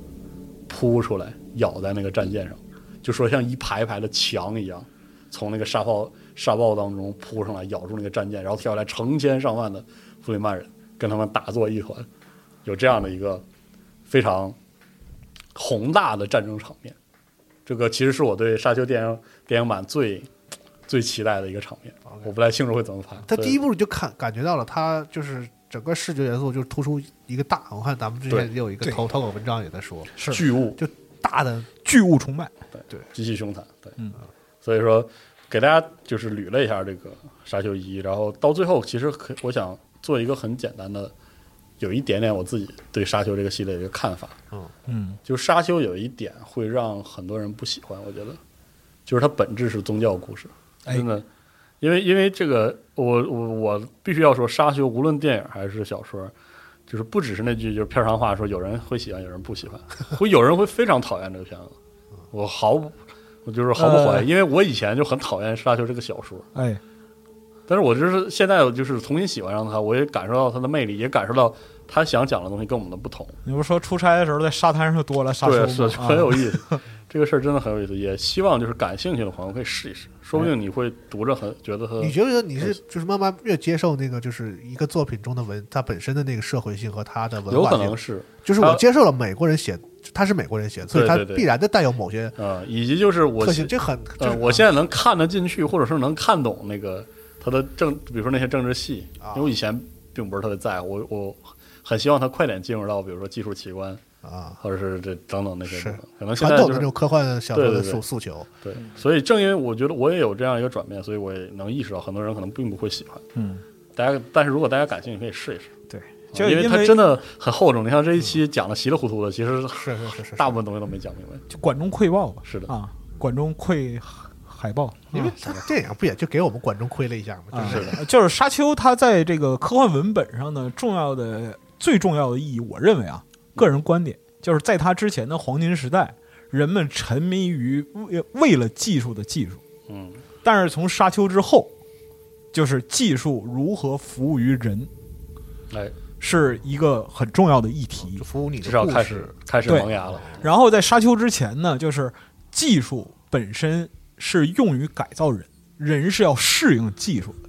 扑出来，咬在那个战舰上，就说像一排一排的墙一样，从那个沙包沙包当中扑上来，咬住那个战舰，然后跳下来成千上万的弗里曼人跟他们打作一团，有这样的一个非常宏大的战争场面。这个其实是我对沙丘电影电影版最最期待的一个场面，我不太清楚会怎么拍。
他
所以
第一部就看感觉到了，他就是整个视觉元素就突出一个大。我看咱们之前
对
也有一个投投稿文章也在说，
是
巨物
就大的
巨物崇拜，
极其凶残，对，
嗯
所以说给大家就是捋了一下这个沙丘一，然后到最后其实可我想做一个很简单的，有一点点我自己对沙丘这个系列的一个看法，
嗯，
就沙丘有一点会让很多人不喜欢，我觉得就是它本质是宗教故事，
哎
真的，因为因为这个我我我必须要说，沙丘无论电影还是小说。就是不只是那句就是片上话说有人会喜欢，有人不喜欢，会有人会非常讨厌这个片子。我毫不，我就是毫不怀
呃
疑，因为我以前就很讨厌《沙丘》这个小说，
哎，
但是我就是现在我就是重新喜欢上它，我也感受到它的魅力，也感受到他想讲的东西跟我们的不同。
你不是说出差的时候在沙滩上多了沙丘
对，
吗
是
啊
很有意思， 这个事儿真的很有意思。也希望就是感兴趣的朋友可以试一试，说不定你会读着很觉得很
你觉不觉得你是就是慢慢越接受那个就是一个作品中的文，它本身的那个社会性和它的文
有
化
可
性
能，是
就是
它
我接受了美国人写，他是美国人写，所以
对
他
对对
必然的带有某些
啊、呃以及就是我
特性，这很
呃
这，
我现在能看得进去，或者说能看懂那个他的政，比如说那些政治戏，
啊
因为我以前并不是特别在乎，我我很希望他快点进入到比如说技术奇观，
啊
或者是这等等那些
是，
可能现
传
在
统
就
的
是
那种科幻小说
对
的
对对
诉诉求，
对，所以正因为我觉得我也有这样一个转变，所以我也能意识到很多人可能并不会喜欢。
嗯，
大家，但是如果大家感兴趣，可以试一试，
对，
啊
就
因为
因
它
为
真的很厚重。你像这一期讲的稀里糊涂的，其实
是是是是
大部分东西都没讲明白。
就管中窥豹吧，
是的
啊，管中窥海豹，
因为他电影不也就给我们管中窥了一下
啊
吗？就是
是的，
就是沙丘，它在这个科幻文本上呢，重要的最重要的意义，我认为啊，个人观点就是在它之前的黄金时代，人们沉迷于为为了技术的技术，
嗯，
但是从沙丘之后，就是技术如何服务于人，
哎，
是一个很重要的议题
就。服务你的
至少
故
开
事
始开始
对
萌芽了。
然后在沙丘之前呢，就是技术本身是用于改造人，人是要适应技术的。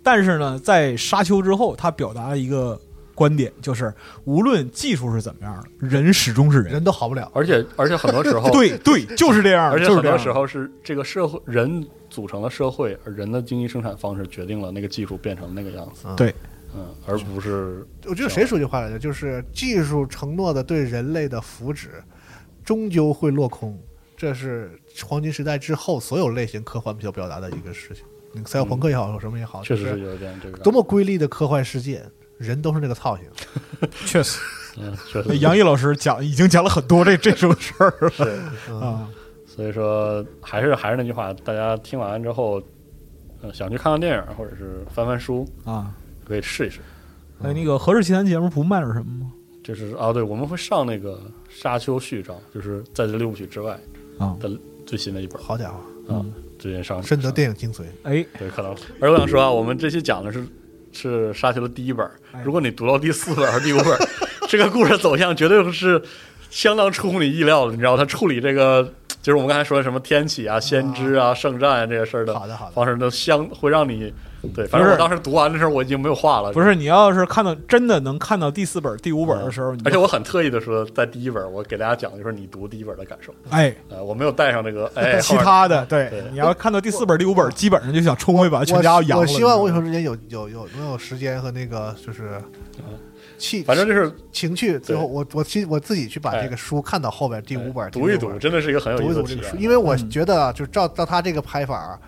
但是呢，在沙丘之后，它表达了一个观点，就是无论技术是怎么样的，人始终是人。，
人都好不了。
而且而且很多时候
对对，就是这样的，
而且
就是
很
这
多
样的
时候是这个社会人组成了社会，而人的经济生产方式决定了那个技术变成那个样子。
对，
嗯，而不是啊
我觉得谁说句话来着？就是技术承诺的对人类的福祉，终究会落空。这是黄金时代之后所有类型科幻要表达的一个事情。那个赛博朋克也好，什么也好，
嗯确实
就是
有点这个
多么瑰丽的科幻世界，人都是那个操
啊
性。
确实，
嗯，确实
杨毅老师讲已经讲了很多这 这种事儿了
是。
嗯
啊。
所以说，还是还是那句话，大家听完之后，呃，想去看看电影或者是翻翻书，
啊，
可以试一试。
哎，那个《何氏奇谈》节目不卖点什么吗？
就是啊，对，我们会上那个《沙丘》序章，就是在这六部曲之外
啊
的最新的一本
好家伙，
啊，最近上
深得
上
电影精髓。
哎，
对，可能。而我想说啊，我们这期讲的是是沙丘的第一本儿，如果你读到第四本儿和第五本儿， 这个故事走向绝对是相当出乎你意料的。你知道，他处理这个就是我们刚才说的什么天启啊、先知啊、圣战啊这些事儿的
好的好的
方式，都相会让你对。反正
不是
我当时读完的时候，我已经没有话了。
不是，你要是看到真的能看到第四本、第五本的时候，你就
而且我很特意的说，在第一本儿我给大家讲的就是你读第一本儿的感受，
哎，
呃，我没有带上 这个哎，
其
后面
他的对
对，
你要看到第四本、第五本，基本上就想冲回把全家养了。
我希望我以后
你
之间有有有能有时间和那个就是气，
嗯反正就是
情趣。最后我我亲我自己去把
哎
这个书看到后边第五本，第
读一
六本
读，真的是一个很嗯有
读
意
一
思
读
的
这
体
个书，
验。
因为我觉得啊就照照他这个拍法啊，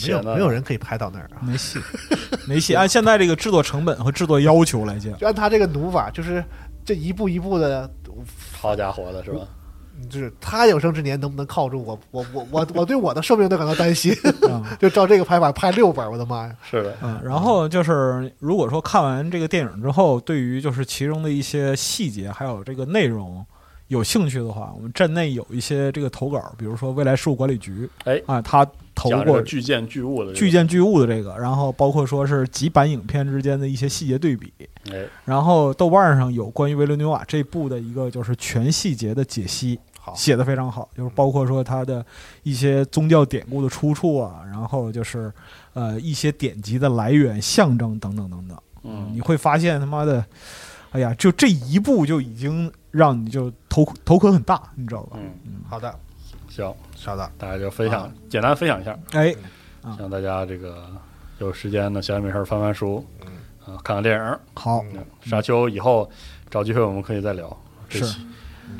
没有
天呐
没有人可以拍到那儿啊。
知道吗没戏， 没戏。按现在这个制作成本和制作要求 来讲，
就按他这个努法，就是这一步一步的，
好家伙的是
嗯
吧？
就是他有生之年能不能靠住我？我我我我对我的寿命都感到担心。
啊
就照这个拍法拍六本，我的妈呀！
是的，
嗯，然后就是如果说看完这个电影之后，对于就是其中的一些细节还有这个内容。有兴趣的话，我们站内有一些这个投稿，比如说未来事务管理局，
哎
啊，他投
讲这
过
个巨舰巨物的这个
巨舰巨物的这个，然后包括说是几版影片之间的一些细节对比，
哎，
然后豆瓣上有关于维伦纽瓦这部的一个就是全细节的解析，
好
写的非常好，就是包括说它的一些宗教典故的出处啊，然后就是呃一些典籍的来源、象征等等等等，
嗯
你，会发现他妈的，哎呀，就这一步就已经让你就头头壳很大，你知道吧？
嗯，
好的，
行，
稍等，
大家就分
啊
享，简单分享一下，
哎，
让大家这个有时间呢，闲着没事儿翻翻书，啊，看看电影儿。
好，
嗯沙丘以后找机会我们可以再聊。这
是
期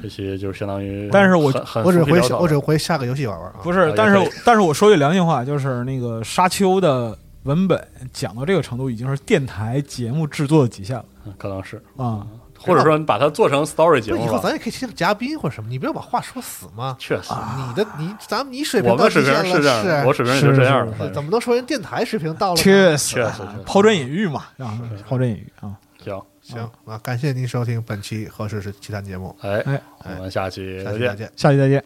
这期就是相当于很，
但是我
很
我只
很
回
浮皮潦草
我只回下个游戏玩玩啊。
不
啊
是
也，
但
可以
是但是我说句良心话，就是那个《沙丘》的文本讲到这个程度，已经是电台节目制作的极限了
嗯可能是，
啊、
或者说你把它做成 story 节
不是以
目
后
吧
咱。也啊可以请嘉宾或者什么，你不要把话说死嘛。
确实，
你的你咱们你水
啊我
平到
们水
极
平
限
是这样的，我
了，
水平也就是这样
是
了。
是
反
怎
正
么能说人电台水平到了？呢？
确实
确实确实
抛砖引玉嘛，啊，抛砖引玉啊，
行，
行啊，感谢您收听本期《合适是奇谈》节目，
哎
哎，
我们下期
哎下期再
再见。
见。
下期再见。